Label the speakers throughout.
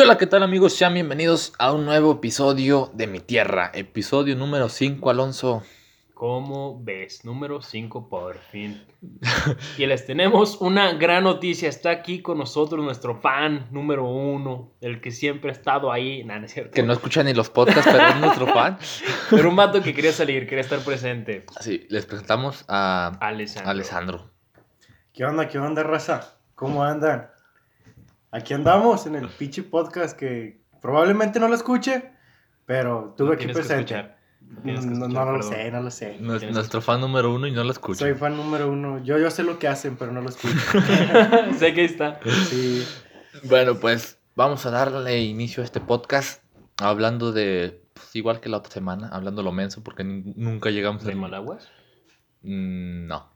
Speaker 1: Hola, ¿qué tal amigos? Sean bienvenidos a un nuevo episodio de Mi Tierra, episodio número 5, Alonso.
Speaker 2: ¿Cómo ves? Número 5 por fin. y les tenemos una gran noticia. Está aquí con nosotros nuestro fan número uno, el que siempre ha estado ahí. Nah, no es cierto.
Speaker 1: Que no escucha ni los podcasts, pero es nuestro fan.
Speaker 2: Pero un vato que quería salir, quería estar presente.
Speaker 1: Así, les presentamos a
Speaker 2: Alessandro.
Speaker 1: Alessandro.
Speaker 3: ¿Qué onda? ¿Qué onda, raza? ¿Cómo andan? Aquí andamos en el pinche podcast que probablemente no lo escuche, pero
Speaker 2: Lo
Speaker 3: tuve aquí
Speaker 2: tienes que
Speaker 3: presente. Mm,
Speaker 2: escuchar. Lo tienes que
Speaker 3: No,
Speaker 2: escuchar,
Speaker 3: no lo
Speaker 2: perdón.
Speaker 3: sé, no lo sé.
Speaker 1: Nues- nuestro fan número uno y no lo escucha.
Speaker 3: Soy fan número uno. Yo, yo sé lo que hacen, pero no lo escucho.
Speaker 2: sé que ahí está.
Speaker 3: Sí.
Speaker 1: Bueno, pues vamos a darle inicio a este podcast hablando de, pues, igual que la otra semana, hablando lo menso porque ni- nunca llegamos
Speaker 2: ¿De
Speaker 1: al-
Speaker 2: Malaguas?
Speaker 1: Mm, No.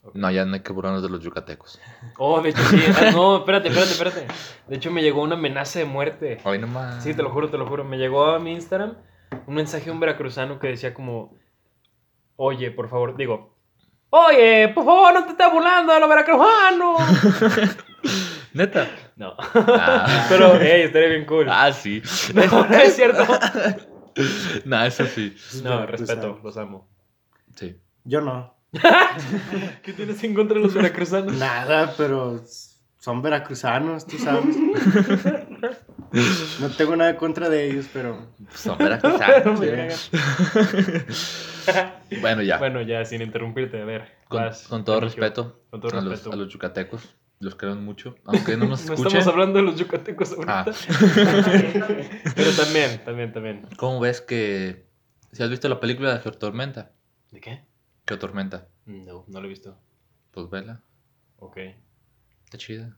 Speaker 2: Ok.
Speaker 1: No, ya no hay que burlarnos de los yucatecos.
Speaker 2: Oh, de hecho sí. Ah, No, espérate, espérate, espérate. De hecho me llegó una amenaza de muerte.
Speaker 1: Hoy nomás.
Speaker 2: Sí, te lo juro, te lo juro. Me llegó a mi Instagram un mensaje de un veracruzano que decía como, oye, por favor, digo, oye, por favor, no te estés burlando de los veracruzanos.
Speaker 1: Neta.
Speaker 2: No,
Speaker 1: Ah.
Speaker 2: pero, hey, estaría bien cool.
Speaker 1: Ah, sí.
Speaker 2: No, no es cierto.
Speaker 1: Nah, eso sí.
Speaker 2: No,
Speaker 3: Tú
Speaker 2: respeto,
Speaker 3: sabes.
Speaker 2: los amo.
Speaker 1: Sí.
Speaker 3: Yo no.
Speaker 2: ¿Qué tienes en contra de los veracruzanos?
Speaker 3: Nada, pero son veracruzanos, tú sabes. No tengo nada contra de ellos, pero
Speaker 1: Son veracruzanos.
Speaker 2: Me cagan.
Speaker 1: bueno, ya.
Speaker 2: bueno, ya, sin interrumpirte, a ver.
Speaker 1: con,
Speaker 2: vas,
Speaker 1: con todo
Speaker 2: Sergio.
Speaker 1: respeto,
Speaker 2: Con todo
Speaker 1: a, los,
Speaker 2: respeto.
Speaker 1: a los yucatecos. Los queremos mucho. Aunque no nos
Speaker 2: No
Speaker 1: escuchen.
Speaker 2: estamos hablando de los yucatecos ahorita.
Speaker 1: Ah.
Speaker 2: Pero también, también, también.
Speaker 1: ¿Cómo ves que. Si has visto la película de Geotormenta?
Speaker 2: ¿De qué?
Speaker 1: Geotormenta.
Speaker 2: No, no lo he visto.
Speaker 1: Pues vela.
Speaker 2: Ok.
Speaker 1: Está chida.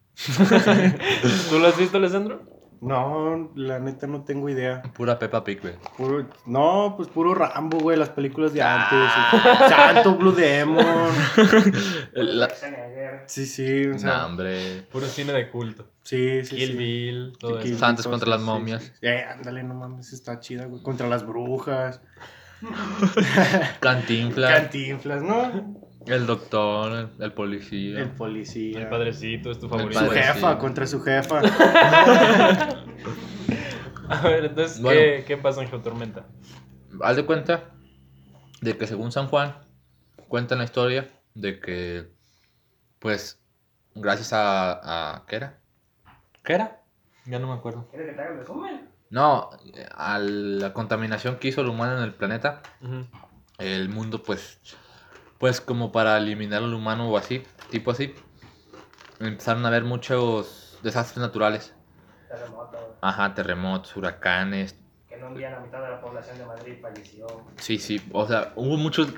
Speaker 2: ¿Tú lo has visto, Alessandro?
Speaker 3: no, la neta no tengo idea.
Speaker 1: Pura Peppa Pig, güey.
Speaker 3: Puro- no, pues puro Rambo, güey, las películas de
Speaker 1: Ah.
Speaker 3: antes. y- Santo Blue Demon.
Speaker 1: La...
Speaker 3: Sí, sí, o sea,
Speaker 1: Nah, hombre.
Speaker 2: Puro cine de culto.
Speaker 3: sí, sí.
Speaker 2: Kill
Speaker 3: sí.
Speaker 2: Bill, todo
Speaker 3: Sí, Kill
Speaker 2: eso.
Speaker 3: Bill,
Speaker 1: Santos
Speaker 3: todo
Speaker 1: contra
Speaker 3: eso,
Speaker 1: las
Speaker 3: sí,
Speaker 1: momias.
Speaker 3: sí. Eh, ándale, no mames, está chida, güey. Contra las brujas,
Speaker 1: Cantinflas.
Speaker 3: cantinflas, ¿no?
Speaker 1: El doctor, el, el policía.
Speaker 3: El policía.
Speaker 2: El padrecito es tu favorito.
Speaker 3: Su
Speaker 1: padre,
Speaker 3: jefa,
Speaker 1: sí.
Speaker 3: contra su jefa.
Speaker 2: A ver, entonces, ¿qué,
Speaker 1: Bueno.
Speaker 2: ¿qué pasa en Geotormenta?
Speaker 1: haz de cuenta de que según San Juan cuentan la historia de que pues gracias a, a- ¿qué era? ¿Qué era? Ya no me acuerdo. No, a la contaminación que hizo el humano en el planeta, el mundo pues pues como para eliminar al humano o así, tipo así, empezaron a haber muchos desastres naturales.
Speaker 4: terremoto,
Speaker 1: Ajá, terremotos, huracanes,
Speaker 4: que no envían a mitad de la población de Madrid falleció.
Speaker 1: Sí, sí, o sea, hubo muchos,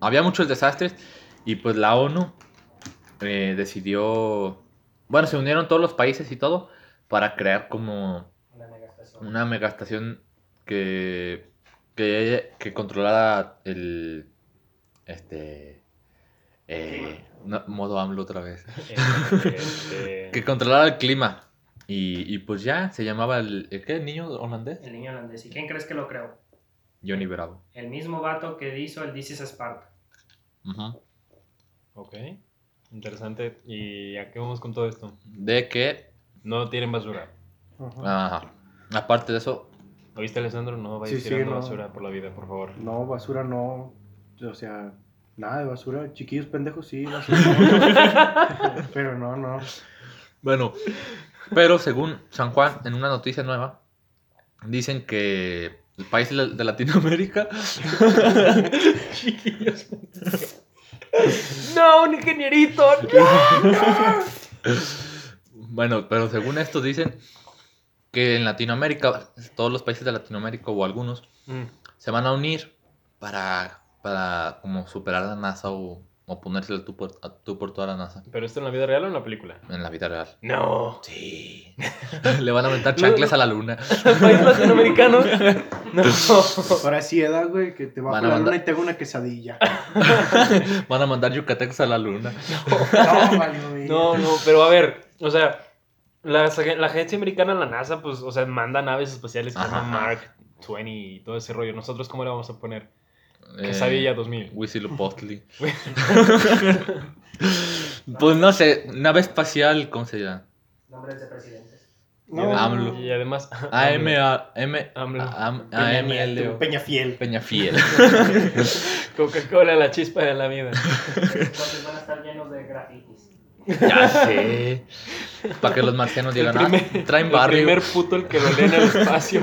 Speaker 1: había muchos desastres y pues la ONU eh, decidió, bueno, se unieron todos los países y todo para crear como
Speaker 4: Una megaestación.
Speaker 1: una megaestación que, que, que controlara el, este, eh, no, modo AMLO otra vez,
Speaker 2: Este,
Speaker 1: que controlara el clima y, y pues ya se llamaba el, ¿el qué? ¿Niño holandés?
Speaker 4: El niño holandés. ¿Y quién crees que lo creó?
Speaker 1: Johnny Bravo.
Speaker 4: El mismo vato que hizo el This is Sparta.
Speaker 1: Ujú.
Speaker 2: Ok, interesante. ¿Y a qué vamos con todo esto?
Speaker 1: De que,
Speaker 2: No tiren basura.
Speaker 3: Ajá.
Speaker 1: ajá, aparte de eso,
Speaker 2: ¿Oíste, Alessandro? No vayas
Speaker 3: Sí, sí,
Speaker 2: tirando
Speaker 3: no.
Speaker 2: basura por la vida, por favor.
Speaker 3: No, basura no. O sea, nada de basura. Chiquillos pendejos, sí, basura. no. Pero no, no.
Speaker 1: Bueno, pero según San Juan, en una noticia nueva, dicen que el país de de Latinoamérica,
Speaker 2: Chiquillos. no, un ingenierito.
Speaker 1: bueno, pero según esto dicen que en Latinoamérica, todos los países de Latinoamérica o algunos,
Speaker 2: Mm.
Speaker 1: se van a unir para, para como superar a la NASA o, o ponerse el tú por, a tú por toda la NASA
Speaker 2: ¿Pero esto en la vida real o en la película?
Speaker 1: en la vida real.
Speaker 2: No.
Speaker 1: Sí. Le van a aventar chanclas a la luna.
Speaker 2: país latinoamericano. No.
Speaker 3: Ahora sí, edad, güey, que te va a
Speaker 1: Van a
Speaker 3: la
Speaker 1: mandar-
Speaker 3: luna y te hago una quesadilla.
Speaker 1: Van a mandar yucatecos a la luna.
Speaker 3: No, valió, güey.
Speaker 2: No, no, pero a ver, o sea, la, la agencia americana, la NASA, pues, o sea, manda naves espaciales que se
Speaker 1: Ajá.
Speaker 2: llaman Mark 20 y todo ese rollo. ¿Nosotros cómo le vamos a poner?
Speaker 1: Eh,
Speaker 2: Quesadilla 2000.
Speaker 1: Huitzilopochtli. pues no sé, nave espacial, ¿cómo se llama?
Speaker 4: Nombres de presidentes.
Speaker 2: Y
Speaker 3: No.
Speaker 2: adem-
Speaker 1: AMLO.
Speaker 2: Ah, Y además.
Speaker 1: AMA, M,
Speaker 2: AMLO.
Speaker 1: AM,
Speaker 2: Ah,
Speaker 3: Peña
Speaker 1: AMLO.
Speaker 3: Nieto, Peña Fiel.
Speaker 1: Peña Fiel.
Speaker 2: Coca-Cola, la chispa de la vida.
Speaker 4: Entonces van a estar llenos de grafitis.
Speaker 1: Ya sé. Para que los marcianos
Speaker 2: El
Speaker 1: digan, ah,
Speaker 2: primer-
Speaker 1: traen
Speaker 2: el
Speaker 1: barrio.
Speaker 2: primer puto el que lo lee en el espacio.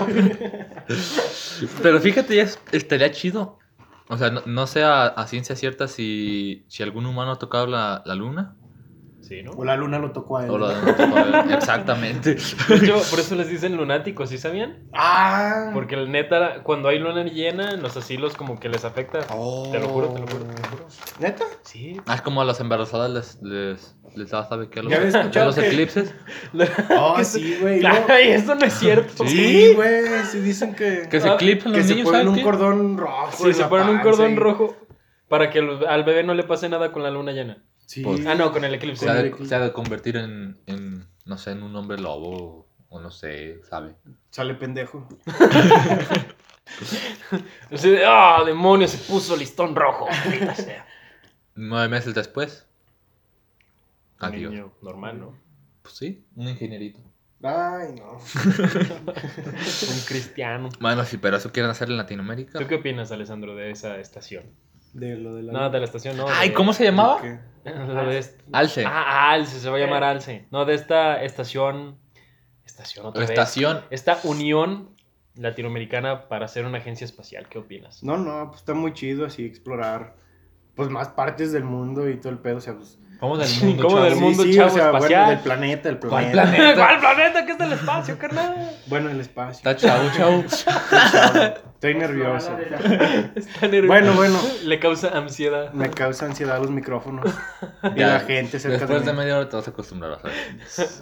Speaker 1: Pero fíjate, ya es- estaría chido. O sea, no, no sé a, a ciencia cierta si, si algún humano ha tocado la, la luna.
Speaker 2: Sí, ¿no?
Speaker 3: O la luna lo tocó a él.
Speaker 1: O la- no tocó, eh, exactamente.
Speaker 2: De hecho, por eso les dicen lunáticos, ¿sí sabían?
Speaker 3: Ah,
Speaker 2: Porque el neta, cuando hay luna llena, en los asilos como que les afecta. Te lo juro, te lo juro, te lo juro.
Speaker 3: ¿Neta?
Speaker 2: Sí.
Speaker 1: Ah, es como a las embarazadas les, les, les da, ¿sabe qué? A los,
Speaker 3: ¿Ya habías
Speaker 1: a
Speaker 3: escuchado
Speaker 1: los
Speaker 3: que-
Speaker 1: eclipses.
Speaker 2: Oh,
Speaker 3: Ah, sí, güey. luego-
Speaker 2: Ay, eso no es cierto.
Speaker 3: Sí, güey. Sí, dicen que.
Speaker 1: Que se
Speaker 2: Ah,
Speaker 1: eclipsan
Speaker 3: que
Speaker 1: los
Speaker 3: se
Speaker 1: niños,
Speaker 3: ponen
Speaker 1: ¿sabe
Speaker 3: un
Speaker 1: qué?
Speaker 3: cordón rojo.
Speaker 2: Sí,
Speaker 3: en
Speaker 2: se
Speaker 3: la
Speaker 2: ponen un
Speaker 3: panza
Speaker 2: cordón
Speaker 3: y-
Speaker 2: rojo para que al al bebé no le pase nada con la luna llena.
Speaker 3: Sí.
Speaker 1: Pues-
Speaker 2: Ah, no, con el eclipse.
Speaker 1: Se ha de,
Speaker 3: Con el
Speaker 1: se ha de convertir en, en, no sé, en un hombre lobo o no sé, ¿sabe?
Speaker 3: Sale pendejo.
Speaker 2: Así de, ¡Ah, demonio! Se puso listón rojo. maldita sea.
Speaker 1: Nueve meses después. Adiós.
Speaker 2: Niño normal, ¿no?
Speaker 1: Pues sí, un ingenierito.
Speaker 3: Ay, no.
Speaker 2: Un cristiano.
Speaker 1: Bueno, sí, pero eso quieren hacer en Latinoamérica.
Speaker 2: ¿Tú qué opinas, Alessandro, de esa estación?
Speaker 3: De lo de la.
Speaker 2: No, de la estación, no.
Speaker 1: Ay,
Speaker 2: de-
Speaker 1: ¿cómo se llamaba?
Speaker 3: ¿Qué?
Speaker 2: La de est-
Speaker 1: Alce.
Speaker 2: Ah, Alce, se va a llamar Alce. No, de esta estación. Estación otra vez.
Speaker 1: Estación.
Speaker 2: Esta unión latinoamericana para hacer una agencia espacial. ¿Qué opinas?
Speaker 3: No, no, pues está muy chido así explorar. Pues más partes del mundo y todo el pedo. O sea, pues.
Speaker 1: ¿Cómo del
Speaker 2: mundo, ¿Cómo
Speaker 1: chavo?
Speaker 2: del mundo? chavo, espacial.
Speaker 3: del planeta, el
Speaker 1: ¿Cuál
Speaker 3: planeta.
Speaker 1: planeta?
Speaker 2: ¿Cuál planeta? ¿Qué es del espacio, carnal?
Speaker 3: Bueno, el espacio.
Speaker 1: Está chau, chau.
Speaker 3: Estoy nervioso.
Speaker 2: Está nervioso.
Speaker 3: Bueno, bueno.
Speaker 2: Le causa ansiedad.
Speaker 3: Me causa ansiedad los micrófonos. Y
Speaker 1: Ya,
Speaker 3: la gente cerca
Speaker 1: Después
Speaker 3: de
Speaker 1: de
Speaker 3: mí.
Speaker 1: media hora te vas a acostumbrar a saber.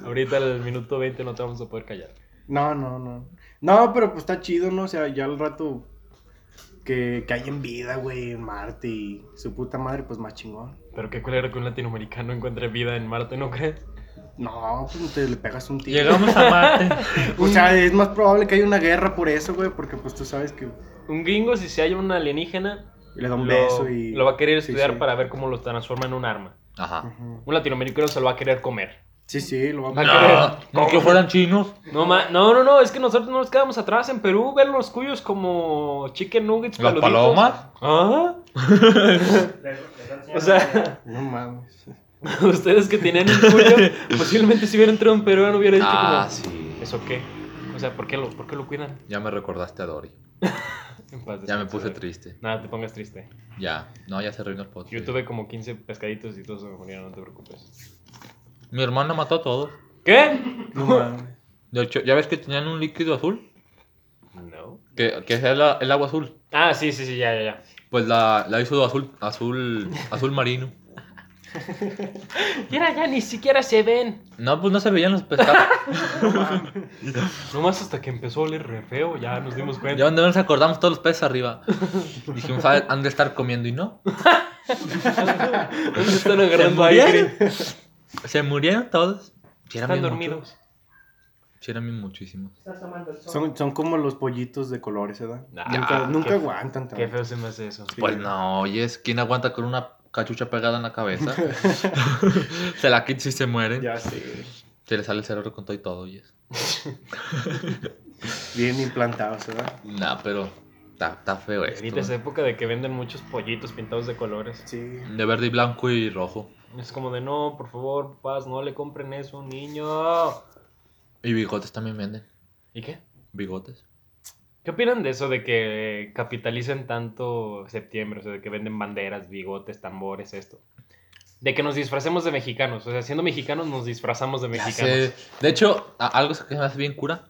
Speaker 2: Ahorita al minuto 20 no te vamos a poder callar.
Speaker 3: No, no, no. No, pero pues está chido, ¿no? O sea, ya al rato que, que hay en vida, güey, en Marte y su puta madre, pues más chingón.
Speaker 2: Pero qué culero que un latinoamericano encuentre vida en Marte, ¿no crees?
Speaker 3: No, pues te le pegas un tiro.
Speaker 1: Llegamos a Marte.
Speaker 3: O sea, es más probable que haya una guerra por eso, güey, porque pues tú sabes que
Speaker 2: Un gringo, si se halla un alienígena,
Speaker 3: le da un
Speaker 2: lo,
Speaker 3: beso y...
Speaker 2: lo va a querer
Speaker 3: sí,
Speaker 2: estudiar
Speaker 3: sí.
Speaker 2: para ver cómo lo transforma en un arma.
Speaker 1: Ajá.
Speaker 3: Ujú.
Speaker 2: Un latinoamericano se lo va a querer comer.
Speaker 3: Sí, sí, lo va
Speaker 2: Va a
Speaker 3: a...
Speaker 2: querer-
Speaker 1: No, no que fueran chinos.
Speaker 2: No, ma- no, no, no, es que nosotros no nos quedamos atrás en Perú, ver los cuyos como chicken nuggets,
Speaker 1: Las
Speaker 2: peluditos.
Speaker 1: palomas.
Speaker 2: Ah,
Speaker 4: O
Speaker 2: o sea,
Speaker 3: No mames.
Speaker 2: ustedes que tenían un cuyo, posiblemente si hubiera entrado un peruano hubiera dicho
Speaker 1: Ah,
Speaker 2: como,
Speaker 1: sí.
Speaker 2: ¿eso qué? O sea, ¿por qué lo, por qué lo cuidan?
Speaker 1: Ya me recordaste a Dori.
Speaker 2: En paz
Speaker 1: Ya me
Speaker 2: descanse,
Speaker 1: puse
Speaker 2: güey.
Speaker 1: triste.
Speaker 2: Nada, te pongas triste.
Speaker 1: Ya. No, ya se arruinó el podcast.
Speaker 2: Yo tuve como 15 pescaditos y todos se me murieron, no te preocupes.
Speaker 1: Mi hermana mató a todos.
Speaker 2: ¿Qué?
Speaker 3: No mames.
Speaker 1: De hecho, ¿ya ves que tenían un líquido azul?
Speaker 2: No.
Speaker 1: Que, que es el, el agua azul.
Speaker 2: Ah, sí, sí, sí, ya, ya, ya.
Speaker 1: Pues la, la hizo azul, azul, azul marino.
Speaker 2: Mira, ya ni siquiera se ven.
Speaker 1: No, pues no se veían los pescados.
Speaker 2: Nomás hasta que empezó a oler re feo, ya nos dimos
Speaker 1: Ya
Speaker 2: cuenta.
Speaker 1: donde nos acordamos todos los peces arriba. Dijimos, "Ah, han de estar comiendo y no.
Speaker 2: ¿Dónde están
Speaker 1: Se
Speaker 2: agarrando
Speaker 1: murieron.
Speaker 2: aire?
Speaker 1: Se murieron todos. Si eran
Speaker 2: Están
Speaker 1: bien
Speaker 2: dormidos.
Speaker 1: muchos. Si eran bien muchísimos.
Speaker 4: Estás tomando el sol.
Speaker 3: Son, son como los pollitos de colores, ¿verdad?
Speaker 2: Nah,
Speaker 3: nunca
Speaker 2: qué-
Speaker 3: nunca aguantan
Speaker 2: Qué
Speaker 3: tanto.
Speaker 2: feo se me hace eso.
Speaker 3: Sí.
Speaker 1: Pues no, oyes, ¿quién aguanta con una cachucha pegada en la cabeza? se la quitan y se mueren.
Speaker 3: Ya sé.
Speaker 1: Se le sale el cerebro con todo y todo, oyes.
Speaker 3: Bien implantados, ¿verdad?
Speaker 1: Nah, pero está, está feo esto. ¿eh?
Speaker 2: Ahorita es época de que venden muchos pollitos pintados de colores.
Speaker 3: Sí.
Speaker 1: De verde y blanco y rojo.
Speaker 2: Es como de no, por favor, papás, no le compren eso a un niño.
Speaker 1: Y bigotes también venden.
Speaker 2: ¿Y qué?
Speaker 1: Bigotes.
Speaker 2: ¿Qué opinan de eso de que capitalicen tanto septiembre? O sea, de que venden banderas, bigotes, tambores, esto. De que nos disfracemos de mexicanos. O sea, siendo mexicanos nos disfrazamos de
Speaker 1: Ya
Speaker 2: mexicanos.
Speaker 1: sé. De hecho, a- algo que me hace bien cura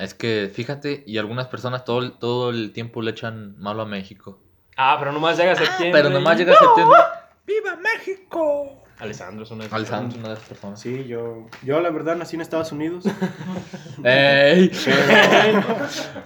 Speaker 1: es que, fíjate, y algunas personas todo, el- todo el tiempo le echan malo a México.
Speaker 2: Ah, pero nomás llega septiembre.
Speaker 1: Pero nomás
Speaker 2: y-
Speaker 1: llega septiembre.
Speaker 3: ¡Viva México!
Speaker 2: Alessandro es una de esas
Speaker 1: Alessandro es una de esas personas.
Speaker 3: Sí, yo, yo la verdad nací en Estados Unidos,
Speaker 1: ¡Ey!
Speaker 3: pero,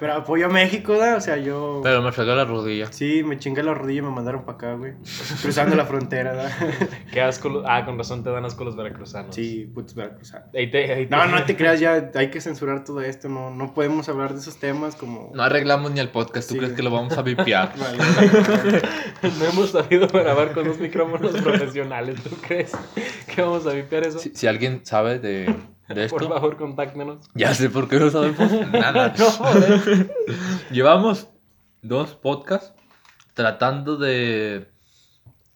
Speaker 3: pero apoyo a México, ¿da? O sea, yo...
Speaker 1: Pero me fregó la rodilla.
Speaker 3: Sí, me chingué la rodilla y me mandaron para acá, güey. Cruzando la frontera, ¿da?
Speaker 2: personas. Qué asco. lo- Ah, con razón te dan asco los veracruzanos.
Speaker 3: Sí, pues, putos veracruzanos.
Speaker 2: Ahí te- ahí te-
Speaker 3: No, no te creas, ya hay que censurar todo esto, no, no podemos hablar de esos temas como...
Speaker 1: No arreglamos ni el podcast. ¿Tú
Speaker 3: Sí.
Speaker 1: crees que lo vamos a vipear?
Speaker 3: Vale, vale, vale.
Speaker 2: No hemos sabido grabar con dos micrófonos profesionales, ¿tú crees? ¿Que vamos a vipear eso?
Speaker 1: si, si alguien sabe de, de
Speaker 2: Por
Speaker 1: esto.
Speaker 2: favor, contáctenos.
Speaker 1: Ya sé por qué no sabemos nada.
Speaker 2: No, joder.
Speaker 1: Llevamos dos podcasts tratando de,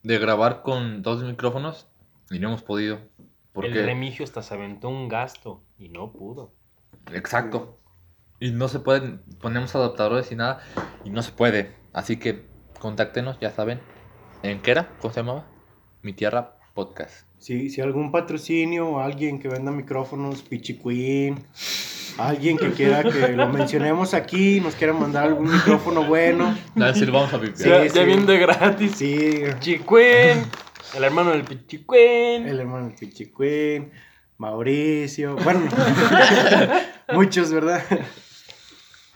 Speaker 1: de grabar con dos micrófonos y no hemos podido.
Speaker 2: El
Speaker 1: Porque,
Speaker 2: remigio hasta se aventó un gasto y no pudo.
Speaker 1: exacto. Y no se pueden, ponemos adaptadores y nada, y no se puede. Así que contáctenos, ya saben. ¿En qué era? ¿Cómo se llamaba? Mi Tierra Podcast.
Speaker 3: Si, si algún patrocinio, alguien que venda micrófonos, Pichi Queen, alguien que quiera que lo mencionemos aquí, nos quiera mandar algún micrófono bueno.
Speaker 1: Dale, sí, lo vamos a pipear.
Speaker 3: Sí,
Speaker 2: ya,
Speaker 3: sí.
Speaker 2: ya bien de gratis.
Speaker 3: Sí,
Speaker 2: Chicuén, el hermano del Pichicuén.
Speaker 3: el hermano del Pichi Queen, Mauricio, bueno, muchos, ¿verdad?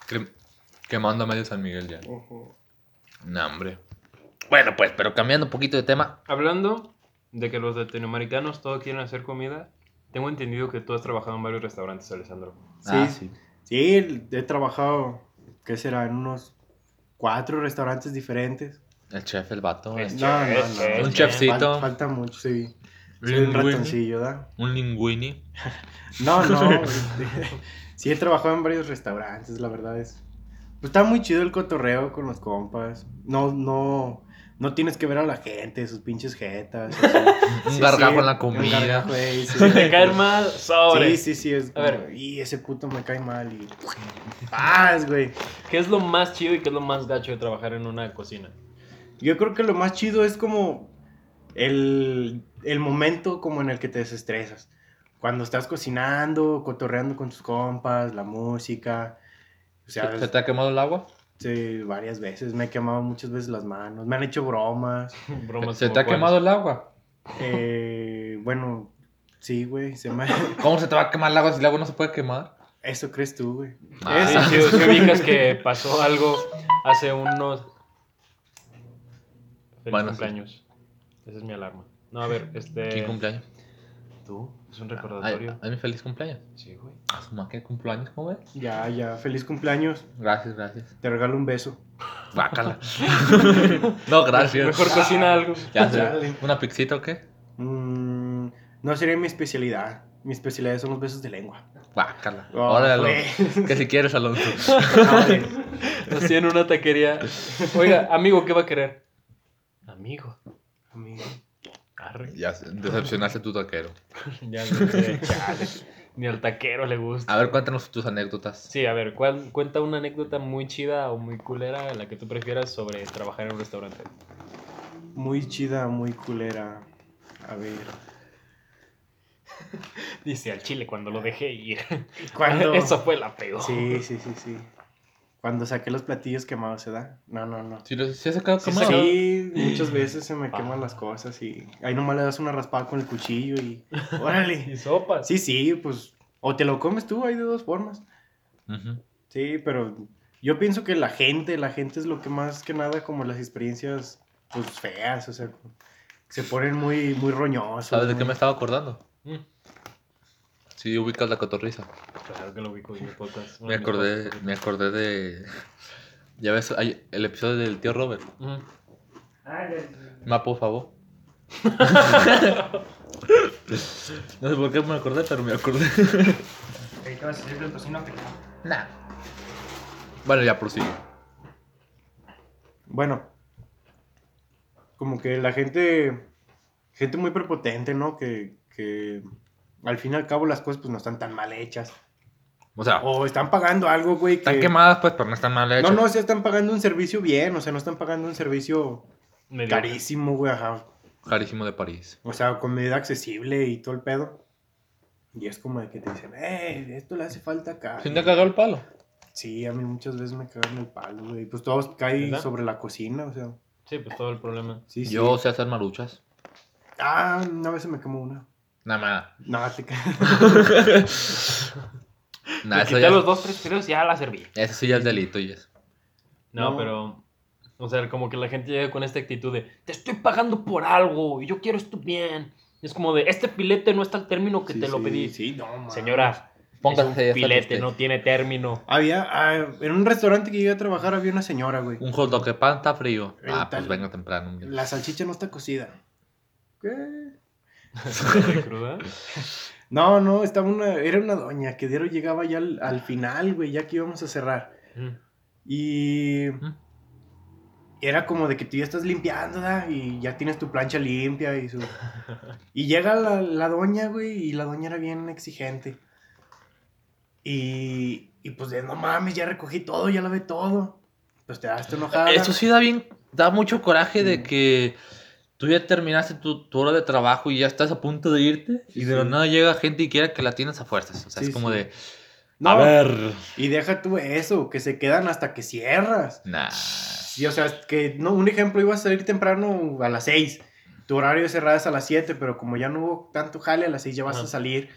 Speaker 1: Que- Quemando a medio San Miguel ya. No, hombre. Bueno, pues, pero cambiando un poquito de tema.
Speaker 2: Hablando de que los latinoamericanos todos quieren hacer comida, tengo entendido que tú has trabajado en varios restaurantes, Alessandro.
Speaker 3: Sí.
Speaker 1: Ah,
Speaker 3: Sí, he trabajado, ¿qué será? En unos cuatro restaurantes diferentes.
Speaker 1: El chef, el vato.
Speaker 2: Es
Speaker 1: el-
Speaker 3: No, no,
Speaker 2: chef,
Speaker 3: no.
Speaker 2: es
Speaker 1: Un
Speaker 2: chef.
Speaker 1: chefcito.
Speaker 3: Fal- falta mucho, sí. Soy un
Speaker 1: Linguini,
Speaker 3: ratoncillo, ¿verdad?
Speaker 1: Un linguini.
Speaker 3: No, no. este, sí, he trabajado en varios restaurantes, la verdad es. Pues está muy chido el cotorreo con los compas. No, no. No tienes que ver a la gente, sus pinches jetas. así.
Speaker 1: Un
Speaker 3: Sí,
Speaker 1: gargajo
Speaker 3: sí,
Speaker 1: en la
Speaker 3: un
Speaker 1: comida.
Speaker 3: gargajo, ey, sí.
Speaker 2: Si te caen mal, sobre.
Speaker 3: Sí, sí, sí. Es
Speaker 2: A
Speaker 3: como,
Speaker 2: ver.
Speaker 3: Y ese puto me cae mal. Y. ¡Paz, güey!
Speaker 2: ¿Qué es lo más chido y qué es lo más gacho de trabajar en una cocina?
Speaker 3: Yo creo que lo más chido es como el, el momento como en el que te desestresas. Cuando estás cocinando, cotorreando con tus compas, la música. O sea,
Speaker 1: ¿Se te ha quemado el agua?
Speaker 3: sí, varias veces me he quemado muchas veces las manos, me han hecho bromas.
Speaker 2: Bromas
Speaker 1: ¿Se
Speaker 2: como
Speaker 1: te ha
Speaker 2: cuáles.
Speaker 1: quemado el agua?
Speaker 3: Eh, bueno, sí, güey, se me...
Speaker 1: ¿Cómo se te va a quemar el agua si el agua no se puede quemar?
Speaker 3: Eso crees tú, güey.
Speaker 1: Ah,
Speaker 2: Sí, sí, sí, ubicas que pasó algo hace unos. Feliz
Speaker 1: Bueno, sí.
Speaker 2: cumpleaños. Esa es mi alarma. No, a ver, este.
Speaker 3: Eh,
Speaker 1: ¿Quién cumpleaños?
Speaker 2: ¿Tú? Es un
Speaker 1: Ay,
Speaker 2: recordatorio.
Speaker 1: ay, mi feliz cumpleaños.
Speaker 2: Sí, güey.
Speaker 1: A su madre, ¿qué cumpleaños, joven?
Speaker 3: Ya, ya, feliz cumpleaños,
Speaker 1: Gracias, gracias.
Speaker 3: te regalo un beso.
Speaker 1: Bácala. no, gracias.
Speaker 2: Mejor cocina algo.
Speaker 1: Ya sé.
Speaker 3: Chale.
Speaker 1: ¿Una pixita o qué?
Speaker 3: Mm, no sería mi especialidad, mi especialidad son los besos de lengua.
Speaker 1: Bácala.
Speaker 3: Oh,
Speaker 1: Órale,
Speaker 3: güey.
Speaker 1: Alonso. Que si quieres, Alonso.
Speaker 3: Vale.
Speaker 2: Nos tienen una taquería. Oiga, amigo, ¿qué va a querer? Amigo.
Speaker 3: Amigo.
Speaker 2: Arre.
Speaker 1: Ya sé, decepcionaste a tu taquero.
Speaker 2: Ya no sé, chale. Ni al taquero le gusta.
Speaker 1: A ver, cuéntanos tus anécdotas.
Speaker 2: Sí, a ver, ¿cuál- cuenta una anécdota muy chida o muy culera, la que tú prefieras sobre trabajar en un restaurante.
Speaker 3: Muy chida, muy culera. A ver.
Speaker 2: Dice al chile cuando lo dejé ir.
Speaker 3: Cuando.
Speaker 2: Eso fue la peor.
Speaker 3: Sí, sí, sí, sí. Cuando saqué los platillos quemados, ¿se da? No, no, no.
Speaker 1: Si, lo, si has sacado
Speaker 2: Sí,
Speaker 1: quemado.
Speaker 3: Sí, muchas veces se me queman las cosas y ahí nomás le das una raspada con el cuchillo y.
Speaker 2: Y
Speaker 3: ¡Órale!
Speaker 2: sopas.
Speaker 3: Sí, sí, pues. O te lo comes tú, hay de dos formas.
Speaker 1: Ujú.
Speaker 3: Sí, pero yo pienso que la gente, la gente es lo que más que nada como las experiencias, pues feas, o sea, se ponen muy, muy roñosos.
Speaker 1: ¿Sabes de qué
Speaker 3: muy-
Speaker 1: me estaba acordando?
Speaker 2: Mm,
Speaker 1: Si ubicas la cotorriza.
Speaker 2: Claro que lo ubico en mi podcast.
Speaker 1: Me acordé, me acordé de. Ya ves, hay el episodio del tío Robert.
Speaker 2: Mm,
Speaker 4: Ah, el-
Speaker 1: Ma, por favor. no sé por qué me acordé, pero me acordé.
Speaker 4: el que vas a decir del tocino que-
Speaker 1: nah. Bueno, ya prosigo.
Speaker 3: Bueno, como que la gente, gente muy prepotente, ¿no? Que, que al fin y al cabo las cosas pues no están tan mal hechas.
Speaker 1: O sea,
Speaker 3: O están pagando algo, güey.
Speaker 1: están
Speaker 3: que-
Speaker 1: quemadas, pues, pero no están mal hechas.
Speaker 3: No, no, o sea, están pagando un servicio bien, o sea, no están pagando un servicio
Speaker 2: me dio-
Speaker 3: carísimo, güey, ajá.
Speaker 1: Carísimo de París.
Speaker 3: O sea, con medida accesible y todo el pedo. Y es como de que te dicen, eh, esto le hace falta acá.
Speaker 1: ¿Sin te cagado el palo?
Speaker 3: Sí, a mí muchas veces me cagan el palo, güey. Pues todo cae
Speaker 2: ¿Verdad?
Speaker 3: sobre la cocina, o sea.
Speaker 2: Sí, pues todo el problema.
Speaker 3: Sí, sí.
Speaker 1: Yo sé hacer maruchas.
Speaker 3: Ah, una vez se me quemó una.
Speaker 1: Nada más.
Speaker 3: No, te ca-
Speaker 1: Nada,
Speaker 2: Le
Speaker 1: eso
Speaker 2: quité
Speaker 1: ya,
Speaker 2: los dos, tres fideos y ya la serví.
Speaker 1: eso sí ya es delito, y es.
Speaker 2: No,
Speaker 3: No.
Speaker 2: pero. O sea, como que la gente llega con esta actitud de: Te estoy pagando por algo y yo quiero esto bien. Es como de: Este pilete no está al término que
Speaker 3: Sí,
Speaker 2: te lo
Speaker 3: sí,
Speaker 2: pedí.
Speaker 3: Sí, no, mames.
Speaker 2: Señora,
Speaker 1: Póngase
Speaker 2: es
Speaker 1: ya
Speaker 2: un
Speaker 1: está
Speaker 2: pilete,
Speaker 1: usted.
Speaker 2: no tiene término.
Speaker 3: Había, ah, en un restaurante que llegué a trabajar había una señora, güey.
Speaker 1: Un hot dog que pan está frío.
Speaker 3: El
Speaker 1: Ah,
Speaker 3: tal-
Speaker 1: pues venga temprano. hombre.
Speaker 3: La salchicha no está cocida. ¿Qué?
Speaker 2: ¿Está cruda?
Speaker 3: No, no, estaba una, era una doña que diario llegaba ya al, al final, güey, ya que íbamos a cerrar. Y
Speaker 1: Ujú.
Speaker 3: era como de que tú ya estás limpiando, ¿da? Y ya tienes tu plancha limpia y su... Y llega la, la doña, güey, y la doña era bien exigente. Y, y pues de, no mames, ya recogí todo, ya lavé todo. Pues te das tu enojada.
Speaker 1: Eso sí da bien, da mucho coraje de
Speaker 3: Mm.
Speaker 1: que tú ya terminaste tu, tu hora de trabajo y ya estás a punto de irte y
Speaker 3: Sí,
Speaker 1: de la
Speaker 3: sí.
Speaker 1: nada llega gente y quiera que la tienes a fuerzas. O sea,
Speaker 3: Sí,
Speaker 1: es como
Speaker 3: sí.
Speaker 1: de,
Speaker 3: No,
Speaker 1: a ver,
Speaker 3: Y deja tú eso, que se quedan hasta que cierras.
Speaker 1: nah.
Speaker 3: Sí, o sea, es que no, un ejemplo, ibas a salir temprano a las 6. Tu horario de cerrada es a las 7, pero como ya no hubo tanto jale, a las 6 ya vas
Speaker 2: Ajá.
Speaker 3: a salir.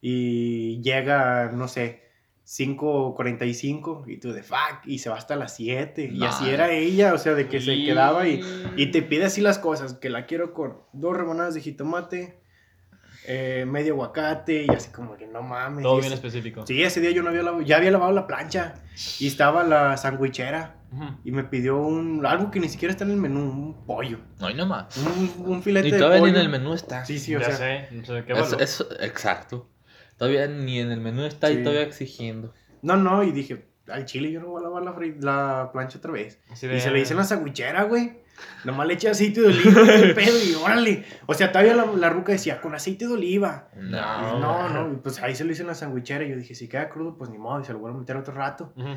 Speaker 3: Y llega, no sé, 5.45 y tú de fuck, y se va hasta las 7. Y
Speaker 1: No.
Speaker 3: así era ella, o sea, de que se quedaba y, y te
Speaker 2: pide
Speaker 3: pide así las cosas, que la quiero con dos rebanadas de jitomate, eh, medio aguacate, y así como que no mames.
Speaker 2: Todo
Speaker 3: y
Speaker 2: bien
Speaker 3: ese-
Speaker 2: específico.
Speaker 3: Sí, ese día yo no había lavado, ya había lavado la plancha y estaba la sandwichera
Speaker 2: Ujú.
Speaker 3: y me pidió un algo que ni siquiera está en el menú, un pollo,
Speaker 1: No hay nomás.
Speaker 3: un, un filete
Speaker 1: Ni
Speaker 3: de
Speaker 1: todavía
Speaker 3: pollo.
Speaker 1: ni en el menú está.
Speaker 3: Sí, sí, o
Speaker 2: Ya
Speaker 3: sea,
Speaker 2: sé, no sé qué
Speaker 1: Es-
Speaker 2: valor.
Speaker 1: es- exacto. Todavía ni en el menú está y
Speaker 3: Sí.
Speaker 1: todavía exigiendo.
Speaker 3: no, no, y dije, al chile yo no voy a lavar la, fri- la plancha otra vez.
Speaker 2: Así de-
Speaker 3: Y se le hice en la sandwichera, güey. Nomás le eché aceite de oliva, qué pedo, y órale. O sea, todavía la, la ruca decía, con aceite de oliva.
Speaker 1: No.
Speaker 2: Ah,
Speaker 3: no,
Speaker 2: bueno.
Speaker 3: no, y pues ahí se lo hice en la sandwichera. y Yo dije, si queda crudo, pues ni modo, y se lo voy a meter otro rato.
Speaker 2: Ujú.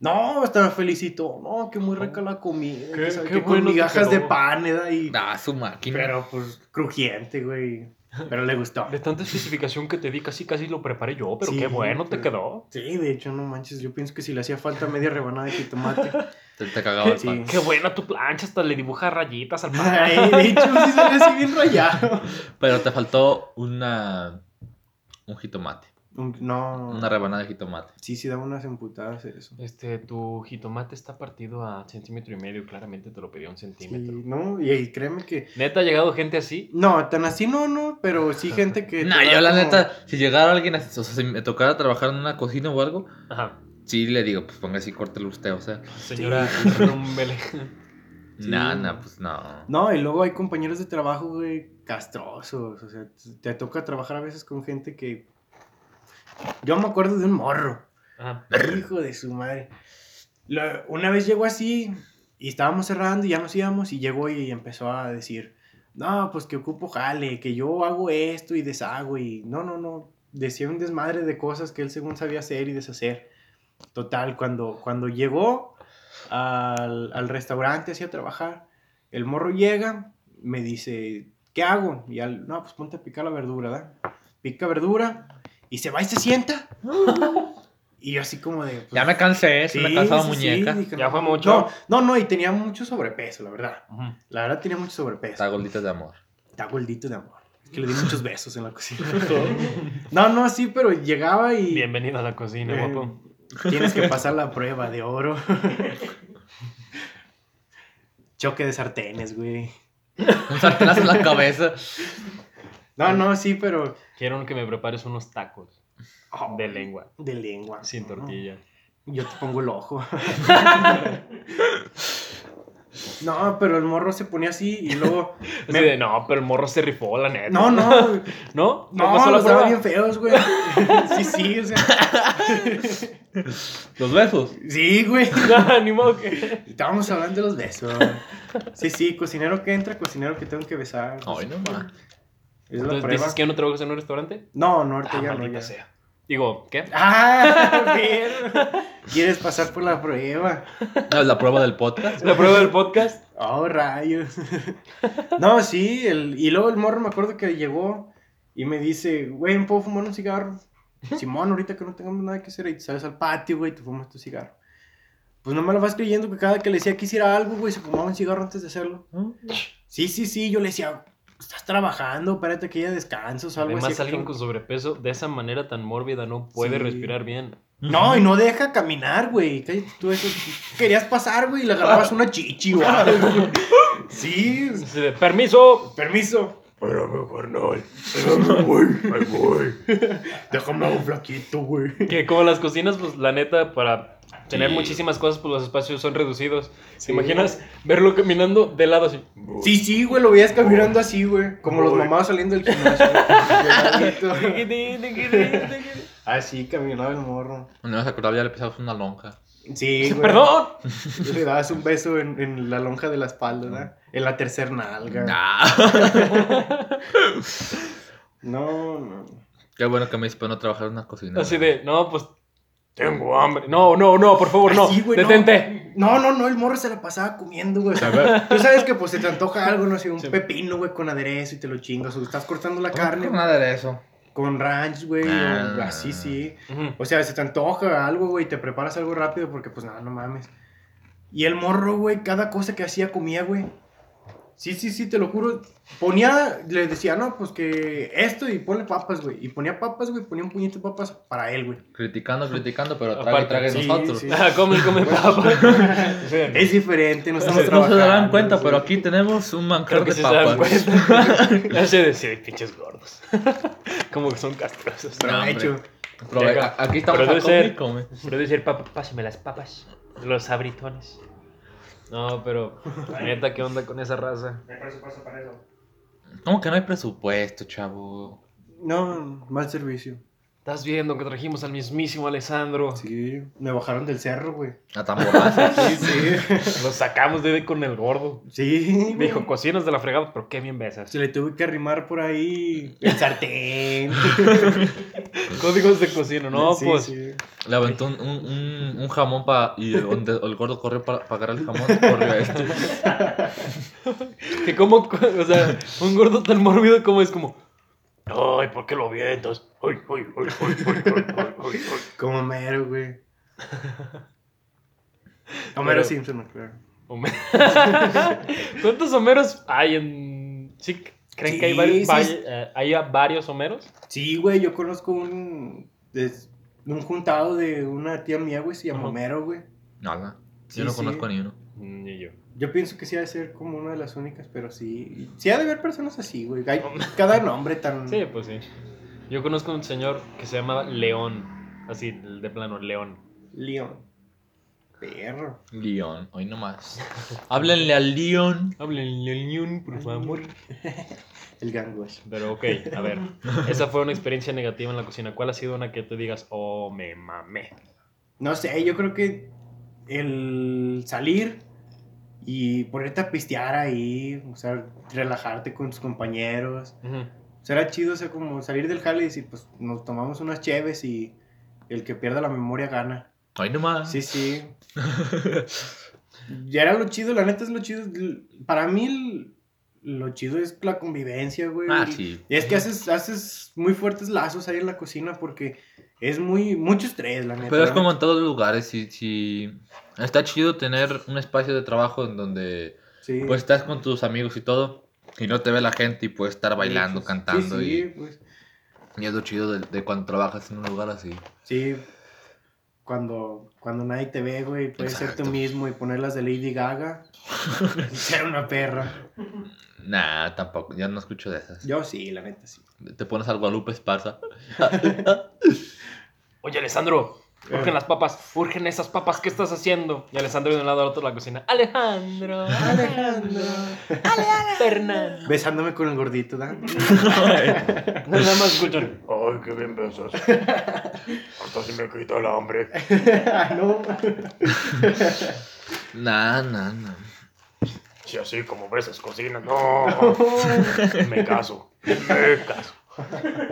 Speaker 3: No, hasta me felicitó. No, que muy rica la comida.
Speaker 2: Qué-
Speaker 3: que sabe
Speaker 2: qué
Speaker 3: que con
Speaker 2: bueno te
Speaker 3: migajas de
Speaker 2: quedó.
Speaker 3: pan, ¿eh? Y
Speaker 1: Ah, su máquina.
Speaker 3: Pero pues crujiente, güey. Pero le gustó.
Speaker 2: De tanta especificación que te di, casi casi lo preparé yo, pero
Speaker 3: Sí,
Speaker 2: qué bueno te
Speaker 3: pero-
Speaker 2: quedó.
Speaker 3: Sí, de hecho, no manches. Yo pienso que si le hacía falta media rebanada de jitomate.
Speaker 1: Te, te cagaba el
Speaker 3: Sí.
Speaker 1: pan.
Speaker 2: Qué buena tu plancha, hasta le dibuja rayitas al pan.
Speaker 3: Ay, de hecho, sí sale así bien rayado.
Speaker 1: Pero te faltó una. Un jitomate.
Speaker 3: Un- No.
Speaker 1: Una rebanada de jitomate.
Speaker 3: Sí, sí, da unas emputadas eso.
Speaker 2: Este, tu jitomate está partido a centímetro y medio, claramente te lo pedí a un
Speaker 3: Sí,
Speaker 2: centímetro.
Speaker 3: no, y, y créeme que.
Speaker 2: Neta, ha llegado gente así.
Speaker 3: No, tan así no, no, pero sí gente que. te
Speaker 1: Nah,
Speaker 3: da
Speaker 1: yo la
Speaker 3: como-
Speaker 1: neta, si llegara alguien, a- o sea, si me tocara trabajar en una cocina o algo,
Speaker 2: Ajá.
Speaker 1: sí le digo, pues póngase y córtelo usted, o sea.
Speaker 2: Señora, rúmbele.
Speaker 3: Sí.
Speaker 1: Nah, nah, pues no.
Speaker 3: No, y luego hay compañeros de trabajo, güey, castrosos. O sea, t- te toca trabajar a veces con gente que. Yo me acuerdo de un morro.
Speaker 2: Ajá.
Speaker 3: Hijo de su madre. La- una vez llegó así y estábamos cerrando y ya nos íbamos y llegó y empezó a decir, no, pues que ocupo jale, que yo hago esto y deshago y no, no, no. Decía un desmadre de cosas que él según sabía hacer y deshacer. Total, cuando, cuando llegó al, al restaurante así a trabajar, el morro llega, me dice, ¿qué hago? Y al, no, pues ponte a picar la verdura, ¿verdad? Pica verdura y se va y se sienta. Y yo así como de... pues,
Speaker 1: Ya me cansé, ¿eh? se me
Speaker 3: Sí,
Speaker 1: cansaba
Speaker 3: sí,
Speaker 1: muñeca.
Speaker 3: sí, dije,
Speaker 2: Ya
Speaker 3: no,
Speaker 2: fue
Speaker 3: no,
Speaker 2: mucho.
Speaker 3: No, no, y tenía mucho sobrepeso, la verdad.
Speaker 2: Ujú.
Speaker 3: La verdad tenía mucho sobrepeso.
Speaker 1: Está gordito de amor.
Speaker 3: Está gordito de amor. Es que le di muchos besos en la cocina. no, no, sí, pero llegaba y...
Speaker 2: Bienvenido a la cocina,
Speaker 3: eh,
Speaker 2: guapo.
Speaker 3: Tienes que pasar la prueba de oro. Choque de sartenes, güey.
Speaker 1: Un sartenazo en la cabeza.
Speaker 3: No, no, sí, pero...
Speaker 2: Quiero que me prepares unos tacos
Speaker 3: oh,
Speaker 2: de lengua,
Speaker 3: De lengua.
Speaker 2: sin
Speaker 3: No,
Speaker 2: tortilla.
Speaker 3: Yo te pongo el ojo. no, pero el morro se ponía así y luego...
Speaker 2: Así
Speaker 3: me-
Speaker 2: de, no, pero el morro se rifó, la neta.
Speaker 3: No, no,
Speaker 2: ¿No?
Speaker 3: No,
Speaker 2: pasó la
Speaker 3: los daba
Speaker 2: prueba?
Speaker 3: bien feos, güey. Sí, sí, o sea.
Speaker 1: Los besos.
Speaker 3: Sí, güey.
Speaker 2: No, ni modo que...
Speaker 3: Estábamos hablando de los besos. Sí, sí, cocinero que entra, cocinero que tengo que besar.
Speaker 1: Ay, no más.
Speaker 3: Es
Speaker 2: Oh,
Speaker 3: la
Speaker 2: Entonces,
Speaker 3: prueba.
Speaker 2: ¿dices que ya no trabajas en un restaurante?
Speaker 3: No, no, ahorita
Speaker 2: Ah,
Speaker 3: ya no.
Speaker 2: maldita
Speaker 3: Ya.
Speaker 2: sea. Digo, ¿qué?
Speaker 3: Ah, bien. ¿Quieres pasar por la prueba?
Speaker 1: No, es la prueba del podcast.
Speaker 2: ¿La prueba del podcast?
Speaker 3: Oh, rayos. No, sí, el- y luego el morro me acuerdo que llegó y me dice, güey, ¿me puedo fumar un cigarro? Simón, ahorita que no tengamos nada que hacer, y te sales al patio, güey, y te fumas tu cigarro. Pues no me lo vas creyendo que cada que le decía que hiciera algo, güey, se fumaba un cigarro antes de hacerlo. Sí, sí, sí, yo le decía, estás trabajando, espérate que ya descansos, algo
Speaker 2: Además,
Speaker 3: así.
Speaker 2: alguien con sobrepeso de esa manera tan mórbida no puede
Speaker 3: Sí.
Speaker 2: respirar bien.
Speaker 3: No, y no deja caminar, güey. Cállate tú eso. Querías pasar, güey, y le agarrabas una chichi, güey. Sí,
Speaker 2: Así de, ¡Permiso!
Speaker 3: permiso.
Speaker 5: Pero mejor no. Me voy, me voy.
Speaker 3: Déjame un flaquito, güey.
Speaker 2: Que como las cocinas, pues la neta, para tener
Speaker 1: Sí.
Speaker 2: muchísimas cosas, pues los espacios son reducidos.
Speaker 3: Sí.
Speaker 2: ¿Te imaginas verlo caminando de lado así?
Speaker 3: Sí, sí, güey, lo veías caminando así, güey. Como los
Speaker 5: Uy.
Speaker 3: mamados saliendo del gimnasio. güey.
Speaker 2: Perdón.
Speaker 3: así caminaba el morro.
Speaker 1: No vas a acordar, ya le pisabas una lonja.
Speaker 3: Sí, güey. Le dabas un beso en, en la lonja de la espalda, ¿verdad? En la tercer nalga.
Speaker 1: Nah.
Speaker 3: No, no.
Speaker 1: Qué bueno que me hice para no trabajar en una cocina.
Speaker 2: Así
Speaker 1: güey.
Speaker 2: de, no, pues
Speaker 5: Tengo hambre.
Speaker 2: No, no, no, por favor, no.
Speaker 3: Así, güey, no.
Speaker 2: Detente.
Speaker 3: No, no, no, el morro se la pasaba comiendo, güey. O sea,
Speaker 1: A ver.
Speaker 3: Tú sabes que pues se te antoja algo, no sé, un
Speaker 2: Sí.
Speaker 3: pepino, güey, con aderezo y te lo chingas. O estás cortando la
Speaker 1: Carne.
Speaker 3: carne
Speaker 1: Nada de eso.
Speaker 3: con ranch, güey. o
Speaker 1: Ah.
Speaker 3: Así, sí.
Speaker 2: Ujú.
Speaker 3: O sea, se te antoja algo, güey, y te preparas algo rápido porque, pues, nada, no mames. Y el morro, güey, cada cosa que hacía comía, güey. Sí, sí, sí, te lo juro. Ponía, le decía, no, pues que esto y ponle papas, güey. Y ponía papas, güey, ponía un puñito de papas para él, güey.
Speaker 1: Criticando, criticando, pero trague,
Speaker 2: Aparte,
Speaker 1: trague
Speaker 3: sí,
Speaker 1: nosotros.
Speaker 3: sí.
Speaker 2: Ah, come, come papa.
Speaker 3: Es diferente, no estamos
Speaker 1: No se
Speaker 3: trabajando.
Speaker 1: darán cuenta,
Speaker 3: sí.
Speaker 1: pero aquí tenemos un manjar
Speaker 2: Creo que
Speaker 1: de
Speaker 2: sí se dan
Speaker 1: papas.
Speaker 2: cuenta. Así de, sí, pinches gordos. Como que son castrosos.
Speaker 3: Pero,
Speaker 1: No,
Speaker 3: de hecho,
Speaker 1: Prove-
Speaker 2: Llega.
Speaker 1: a- Aquí estamos
Speaker 2: Pero
Speaker 1: a
Speaker 2: debe ser-
Speaker 1: comer y comer.
Speaker 2: Pero decir, papá, pásame las papas. Los abritones. No, pero, la neta, ¿qué onda con esa raza?
Speaker 4: Me parece paso para eso.
Speaker 1: ¿Cómo que no hay presupuesto, chavo?
Speaker 3: no, mal servicio.
Speaker 2: Estás viendo que trajimos al mismísimo Alessandro.
Speaker 3: Sí, me bajaron del cerro, güey.
Speaker 1: A tamborazo.
Speaker 3: Sí, sí.
Speaker 2: Lo sacamos de con el gordo.
Speaker 3: Sí, güey.
Speaker 2: Dijo, cocinas de la fregada, pero qué bien besas.
Speaker 3: Se le tuve que arrimar por ahí el sartén.
Speaker 2: Códigos de cocina, ¿no?
Speaker 3: Sí,
Speaker 2: pues,
Speaker 3: sí.
Speaker 1: Le aventó un, un, un- un jamón pa, y donde el gordo corrió para pagar el jamón, corrió a este.
Speaker 2: que como, o sea, un gordo tan mórbido como es como,
Speaker 5: Ay, ¿por qué lo vientas? Ay, ay, ay, ay, ay, ay, ay, ay, ay.
Speaker 3: Como Homero, güey.
Speaker 2: Homero.
Speaker 3: Homero Simpson, claro.
Speaker 2: Homero. ¿Cuántos Homeros hay en... ¿Sí? ¿Creen que hay
Speaker 3: Sí,
Speaker 2: varios,
Speaker 3: sí.
Speaker 2: vari- eh, hay varios Homeros?
Speaker 3: Sí, güey, yo conozco un, es- un juntado de una tía mía, güey, se llama
Speaker 2: Ajá.
Speaker 3: Homero, güey.
Speaker 1: Nada.
Speaker 3: Sí,
Speaker 1: Yo no
Speaker 3: sí.
Speaker 1: conozco ni uno.
Speaker 2: Ni yo.
Speaker 3: Yo pienso que sí ha de ser como una de las únicas, pero sí. Sí ha de haber personas así, güey. Hay cada nombre tan...
Speaker 2: Sí, pues sí. Yo conozco un señor que se llama León. Así, de plano, León.
Speaker 3: León. Perro.
Speaker 1: León, hoy nomás. Háblenle al León.
Speaker 2: Háblenle León, por favor.
Speaker 3: El ganguash.
Speaker 2: Pero ok, a ver. Esa fue una experiencia negativa en la cocina. ¿Cuál ha sido una que te digas, oh, me mamé?
Speaker 3: No sé, yo creo que el salir y ponerte a pistear ahí, o sea, relajarte con tus compañeros.
Speaker 2: Ujú.
Speaker 3: O sea, era chido, o sea, como salir del jale y decir, pues nos tomamos unas cheves y el que pierda la memoria gana.
Speaker 1: Hoy nomás.
Speaker 3: Sí, sí. Ya era lo chido, la neta es lo chido. L- Para mí, el- lo chido es la convivencia, güey.
Speaker 1: Ah, sí.
Speaker 3: Y es que haces, haces muy fuertes lazos ahí en la cocina porque es muy, mucho estrés, la neta.
Speaker 1: Pero es
Speaker 3: ¿no?
Speaker 1: como en todos los lugares. Si, si... Está chido tener un espacio de trabajo en donde
Speaker 3: Sí.
Speaker 1: pues estás con tus amigos y todo. Y no te ve la gente y puedes estar bailando,
Speaker 3: Sí, sí,
Speaker 1: cantando.
Speaker 3: Sí,
Speaker 1: y-
Speaker 3: pues,
Speaker 1: Y, es lo chido de, de cuando trabajas en un lugar así.
Speaker 3: sí. Cuando, cuando nadie te ve, güey, puedes ser
Speaker 1: Exacto.
Speaker 3: tú mismo y poner las de Lady Gaga. y ser una perra.
Speaker 1: Nah, tampoco. Ya no escucho de esas.
Speaker 3: Yo sí, la neta sí.
Speaker 1: Te pones al Guadalupe Esparza.
Speaker 2: Oye, Alessandro, urgen
Speaker 3: Eh.
Speaker 2: las papas, urgen esas papas, ¿qué estás haciendo? Y Alessandro de un lado al otro de la cocina. Alejandro, Alejandro, Fernando.
Speaker 3: Besándome con el gordito, ¿da?
Speaker 2: Nada más escuchan.
Speaker 5: Ay, qué bien besas. Ahorita sí me quita el hambre.
Speaker 3: Ah, no.
Speaker 1: Nah, nah, nah.
Speaker 5: Si así como besas cocinas, no. Me caso. Me caso.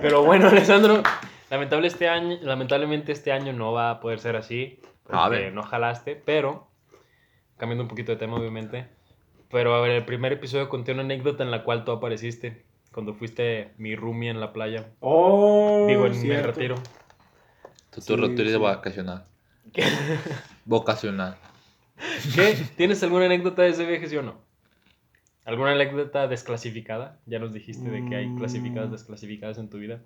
Speaker 2: Pero bueno, Alessandro, lamentable este año, lamentablemente este año no va a poder ser así.
Speaker 1: A
Speaker 2: porque
Speaker 1: ver.
Speaker 2: No jalaste, pero, cambiando un poquito de tema obviamente, pero a ver, el primer episodio conté una anécdota en la cual tú apareciste cuando fuiste mi roomie en la playa.
Speaker 3: Oh,
Speaker 2: Digo, en mi
Speaker 3: cierto.
Speaker 2: retiro.
Speaker 1: Tu
Speaker 3: Sí,
Speaker 1: turno
Speaker 3: sí.
Speaker 1: de vacacional. Vocacional.
Speaker 2: ¿Qué? ¿Tienes alguna anécdota de ese viaje, sí o no? ¿Alguna anécdota desclasificada? Ya nos dijiste de que hay
Speaker 3: Mm.
Speaker 2: clasificadas, desclasificadas en tu vida.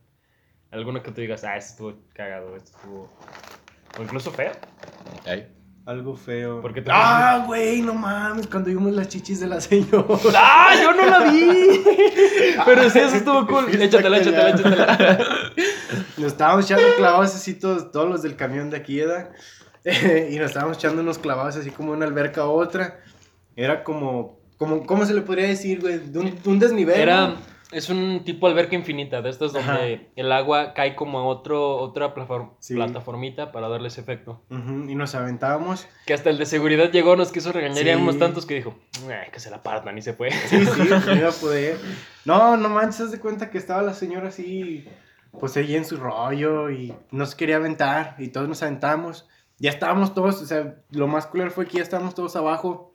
Speaker 2: ¿Alguna que tú digas, ah, esto estuvo cagado, esto estuvo... O incluso feo.
Speaker 1: Ey.
Speaker 3: Algo feo.
Speaker 2: ¿Por qué te-
Speaker 3: ah, güey, no mames, cuando vimos las chichis de la señora.
Speaker 2: ¡Ah, yo no la vi! Pero sí, eso estuvo cool. Échatela, échatela, échatela.
Speaker 3: Nos estábamos echando clavos así todos, todos los del camión de aquí, ¿verdad? y nos estábamos echando unos clavados así como de una alberca a otra. Era como, como ¿cómo se le podría decir, güey? De un, de un desnivel.
Speaker 2: Era,
Speaker 3: ¿no?
Speaker 2: es un tipo alberca infinita, de estas donde
Speaker 3: Ajá.
Speaker 2: el agua cae como a otro, otra plataform-
Speaker 3: Sí.
Speaker 2: plataformita para darle ese efecto.
Speaker 3: Ujú, y nos aventábamos.
Speaker 2: Que hasta el de seguridad llegó, nos quiso regañar y
Speaker 3: Sí.
Speaker 2: éramos tantos que dijo, "Ay, que se la partan y se fue.
Speaker 3: Sí, sí, no iba a poder. No, no manches, haz de cuenta que estaba la señora así, pues ella en su rollo y no se quería aventar y todos nos aventamos. Ya estábamos todos, o sea, lo más culero fue que ya estábamos todos abajo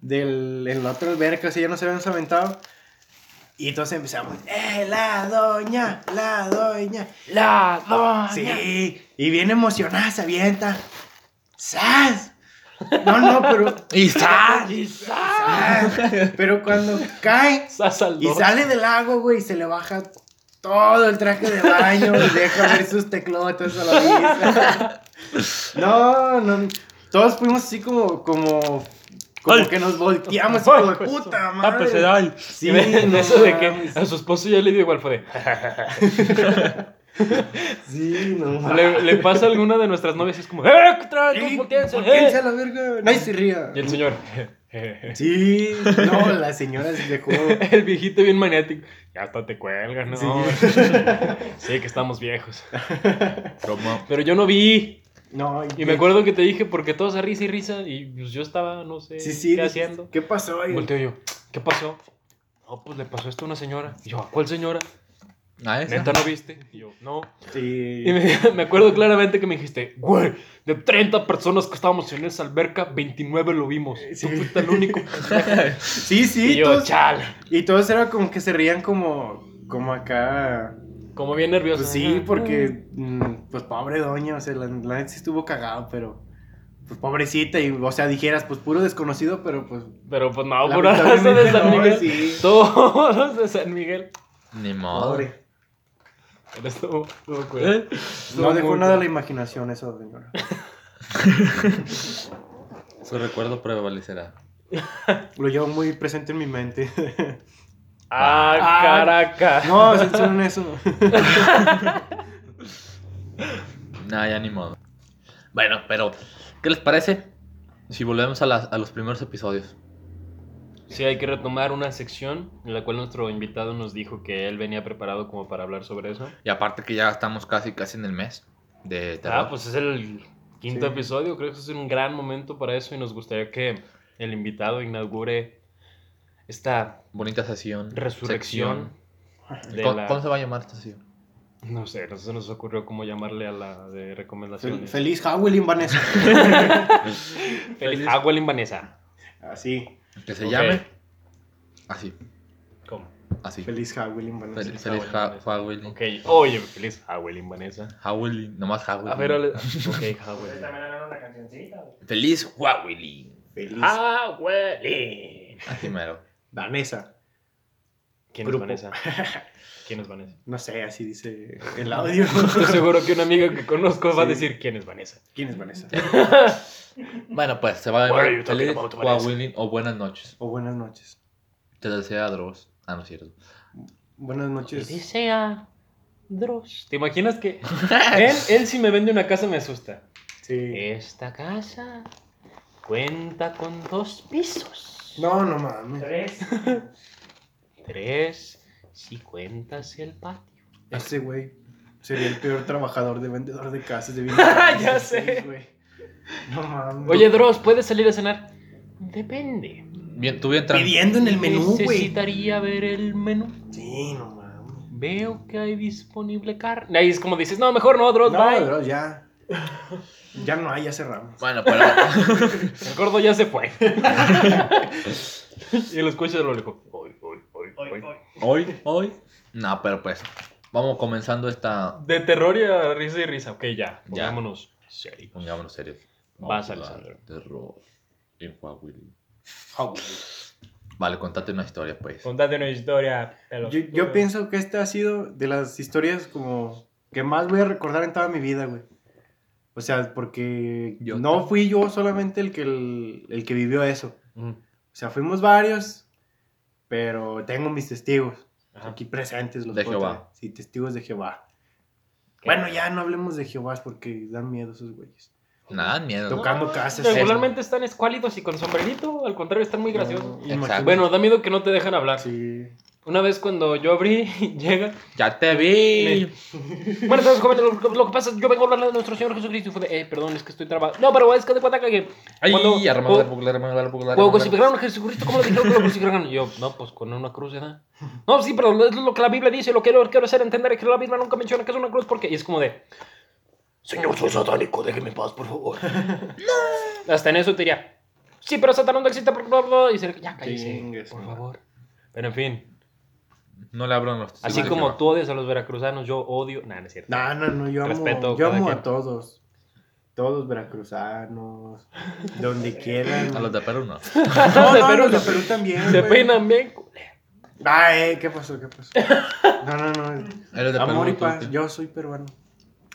Speaker 3: del, en la otra alberca, o sea, ya nos habíamos aventado. Y entonces empezamos, ¡eh, la doña, la doña!
Speaker 2: ¡La doña!
Speaker 3: Sí, y bien emocionada se avienta. ¡Sas! No, no, pero...
Speaker 1: Y sal.
Speaker 3: ¡Sas! Pero cuando cae,
Speaker 2: Sasal
Speaker 3: y sale del lago, güey, y se le baja todo el traje de baño y deja ver sus teclotas a la vista. No, no. Todos fuimos así como, como, como
Speaker 1: Ay.
Speaker 3: que nos volteamos, como
Speaker 2: pues,
Speaker 3: de
Speaker 2: ah,
Speaker 3: puta madre. Sí,
Speaker 2: Y ven
Speaker 3: no
Speaker 2: eso de que ah,
Speaker 3: mames.
Speaker 2: a su esposo ya le dio igual, fue de,
Speaker 3: Sí, no.
Speaker 2: le, le pasa a alguna de nuestras novias y es como, ¡eh, qué traen!
Speaker 3: Sí,
Speaker 2: voltéense,
Speaker 3: voltéense a
Speaker 2: eh".
Speaker 3: la verga. Nadie se ría.
Speaker 2: Y el señor, "Eh,
Speaker 3: Sí, no, la señora se dejó.
Speaker 2: el viejito bien maniático, ya hasta te cuelgas, ¿no?
Speaker 3: Sí.
Speaker 2: sí, que estamos viejos.
Speaker 1: Como-
Speaker 2: Pero yo no vi.
Speaker 3: No,
Speaker 2: Y me acuerdo que te dije, porque todos a risa y risa, y pues, yo estaba, no sé,
Speaker 3: Sí, sí.
Speaker 2: qué haciendo.
Speaker 3: ¿Qué pasó? Y-
Speaker 2: Volteo yo, ¿qué pasó? No, pues le pasó esto a una señora. Y yo, ¿a cuál señora?
Speaker 1: Ah, esa.
Speaker 2: ¿Neta no viste? Y yo, no.
Speaker 3: Sí.
Speaker 2: Y me, me acuerdo claramente que me dijiste, güey, de 30 personas que estábamos en esa alberca, 29 lo vimos. Tú
Speaker 3: Sí.
Speaker 2: fuiste el único.
Speaker 3: Sí, sí.
Speaker 2: y yo,
Speaker 3: todos-
Speaker 2: chal.
Speaker 3: y todos era como que se rían como, como acá.
Speaker 2: Como bien nervioso.
Speaker 3: Pues sí, porque, mm, pues pobre doña, o sea, la, la neta sí estuvo cagado, pero, pues pobrecita, y, o sea, dijeras, pues puro desconocido, pero pues...
Speaker 2: Pero pues no, pura raza
Speaker 3: lamentablemente
Speaker 2: de San
Speaker 3: no,
Speaker 2: Miguel.
Speaker 3: sí.
Speaker 2: Todos de San Miguel.
Speaker 1: Ni modo.
Speaker 3: Pobre.
Speaker 2: Pero estuvo- estuvo cool.
Speaker 3: ¿Eh? No
Speaker 2: Estuvo
Speaker 3: dejó
Speaker 2: muy
Speaker 3: nada a
Speaker 2: cool.
Speaker 3: la imaginación eso, señora.
Speaker 1: Su recuerdo prevalecerá.
Speaker 3: Lo llevo muy presente en mi mente.
Speaker 2: Ah,
Speaker 3: Ah.
Speaker 2: caraca.
Speaker 3: No, censuren eso.
Speaker 1: Nah, ya ni modo. Bueno, pero, ¿qué les parece? Si volvemos a, las- a los primeros episodios.
Speaker 2: Sí, hay que retomar una sección en la cual nuestro invitado nos dijo que él venía preparado como para hablar sobre eso.
Speaker 1: Y aparte que ya estamos casi, casi en el mes de terror.
Speaker 2: Ah, pues es el quinto
Speaker 3: Sí.
Speaker 2: episodio, creo que es un gran momento para eso y nos gustaría que el invitado inaugure esta
Speaker 1: Bonita sesión.
Speaker 2: resurrección.
Speaker 1: sección.
Speaker 2: De
Speaker 1: ¿Cómo,
Speaker 2: la...
Speaker 1: cómo se va a llamar esta sesión?
Speaker 2: No sé, no se nos ocurrió cómo llamarle a la de
Speaker 3: Fel-
Speaker 2: recomendaciones.
Speaker 3: Feliz Halloween, Vanessa.
Speaker 2: Feliz Agua Vanessa.
Speaker 3: Así,
Speaker 1: Que se
Speaker 2: Ok.
Speaker 1: llame. Así,
Speaker 2: ¿Cómo?
Speaker 1: así.
Speaker 3: feliz Halloween, Vanessa.
Speaker 1: Fel- Feliz Ha- Howling.
Speaker 2: Ok, oye, feliz Agua Vanessa.
Speaker 1: Howling, nomás Howling.
Speaker 2: A ver, ale- ok, Agua
Speaker 4: Ustedes también hagan una cancioncita. güey.
Speaker 1: Feliz Howling.
Speaker 3: Feliz
Speaker 2: Ah.
Speaker 1: Así mero.
Speaker 3: Vanessa.
Speaker 2: ¿Quién es
Speaker 3: Grupo.
Speaker 2: Vanessa? ¿Quién es Vanessa?
Speaker 3: No sé, así dice el audio.
Speaker 2: Estoy seguro que una amiga que conozco va a
Speaker 3: Sí.
Speaker 2: decir quién es Vanessa.
Speaker 3: ¿Quién es Vanessa?
Speaker 1: Bueno, pues se va a
Speaker 5: What are
Speaker 1: llamar
Speaker 5: you talking
Speaker 1: Feliz
Speaker 5: about, Vanessa?
Speaker 1: Howling o Buenas noches.
Speaker 3: O buenas noches.
Speaker 1: Te desea Dross. Ah, no es cierto.
Speaker 3: Buenas noches.
Speaker 2: Desea Dross. ¿Te imaginas que él, él si me vende una casa me asusta?
Speaker 3: Sí.
Speaker 2: Esta casa cuenta con dos pisos.
Speaker 3: No, no mames.
Speaker 4: Tres.
Speaker 2: Tres si cuentas el patio.
Speaker 3: Ese güey sería el peor trabajador de vendedor de casas de
Speaker 2: Ya sé.
Speaker 3: Sí, güey. No mames.
Speaker 2: Oye, Dross, ¿puedes salir a cenar? Depende.
Speaker 1: Bien, tú bien tranquilo.
Speaker 3: pidiendo en el menú, güey.
Speaker 2: Necesitaría ver el menú.
Speaker 3: Sí, no mames.
Speaker 2: Veo que hay disponible carne. Ahí es como dices, no, mejor no, Dross,
Speaker 3: No,
Speaker 2: bye.
Speaker 3: pero ya. Ya no hay, ya cerramos.
Speaker 1: Bueno, pero
Speaker 2: El gordo ya se fue. y lo escucha de lo lejos. Oy, oy, oy,
Speaker 4: Hoy,
Speaker 2: oy.
Speaker 4: hoy.
Speaker 1: hoy, hoy. No, pero pues vamos comenzando esta.
Speaker 2: De terror y a risa y risa. Ok, ya.
Speaker 1: Ya.
Speaker 2: Vámonos. Serio.
Speaker 1: Pongámonos serios.
Speaker 2: Vas,
Speaker 1: Vamos a hablar
Speaker 2: Alexander.
Speaker 1: de Terror en Howling.
Speaker 3: Ah, güey.
Speaker 1: Vale, contate una historia, pues.
Speaker 2: Contate una historia.
Speaker 3: Yo, yo pienso que esta ha sido de las historias como que más voy a recordar en toda mi vida, güey. O sea, porque
Speaker 1: Yo
Speaker 3: no
Speaker 1: también.
Speaker 3: fui yo solamente el que, el, el que vivió eso.
Speaker 2: Mm.
Speaker 3: O sea, fuimos varios, pero tengo mis testigos. aquí presentes los
Speaker 1: De
Speaker 3: puedo
Speaker 1: Jehová.
Speaker 3: traer. Sí, testigos de Jehová. Bueno, ya no hablemos de Jehová porque dan miedo esos güeyes.
Speaker 1: Nada, miedo.
Speaker 3: Toca- Tocando casas.
Speaker 2: Regularmente están escuálidos y con sombrerito. Al contrario, están muy
Speaker 1: Mm,
Speaker 2: graciosos.
Speaker 3: No, imagínate.
Speaker 2: Bueno, da miedo que no te dejan hablar.
Speaker 3: Sí.
Speaker 2: Una vez cuando yo abrí, llega.
Speaker 1: Ya te vi.
Speaker 2: Bueno, entonces, jóvenes, lo, lo que pasa es que yo vengo a hablar de nuestro Señor Jesucristo. Y fue de, eh, perdón, es que estoy trabado. No, pero es que de cuenta que.
Speaker 1: Ay,
Speaker 2: cuando-
Speaker 1: armado
Speaker 2: cu-
Speaker 1: popular, armado popular.
Speaker 2: Cuando crucificaron a Jesucristo, ¿cómo lo dijeron que lo crucificaron? Y yo, no, pues con una cruz, ¿verdad? No, sí, pero es lo que la Biblia dice, lo que quiero, quiero hacer entender es que la Biblia nunca menciona que es una cruz, porque. Y es como de.
Speaker 5: Señor, soy satánico, déjeme en paz, por favor.
Speaker 2: Hasta en eso te diría, sí, pero Satanás no existe, porque bla, bla, bla", Y se, ya cállese,
Speaker 3: Chingues,
Speaker 2: por
Speaker 3: madre.
Speaker 2: favor. Pero en fin.
Speaker 1: No le abran los
Speaker 2: Así como tú odias a los veracruzanos, yo odio. Nah, no es cierto.
Speaker 3: No, no, no, yo amo,
Speaker 2: Respeto
Speaker 3: yo
Speaker 2: cada
Speaker 3: amo
Speaker 2: quien.
Speaker 3: a todos. Todos veracruzanos, donde quieran.
Speaker 1: A los de Perú no.
Speaker 3: No,
Speaker 2: De
Speaker 3: no,
Speaker 2: Perú.
Speaker 3: los de Perú también.
Speaker 2: Se
Speaker 3: güey.
Speaker 2: peinan bien. culero.
Speaker 3: Ay, ¿qué pasó? ¿Qué pasó? No, no, no.
Speaker 1: A los de
Speaker 3: Amor y
Speaker 1: Perú.
Speaker 3: paz.
Speaker 1: tú-
Speaker 3: Yo soy peruano.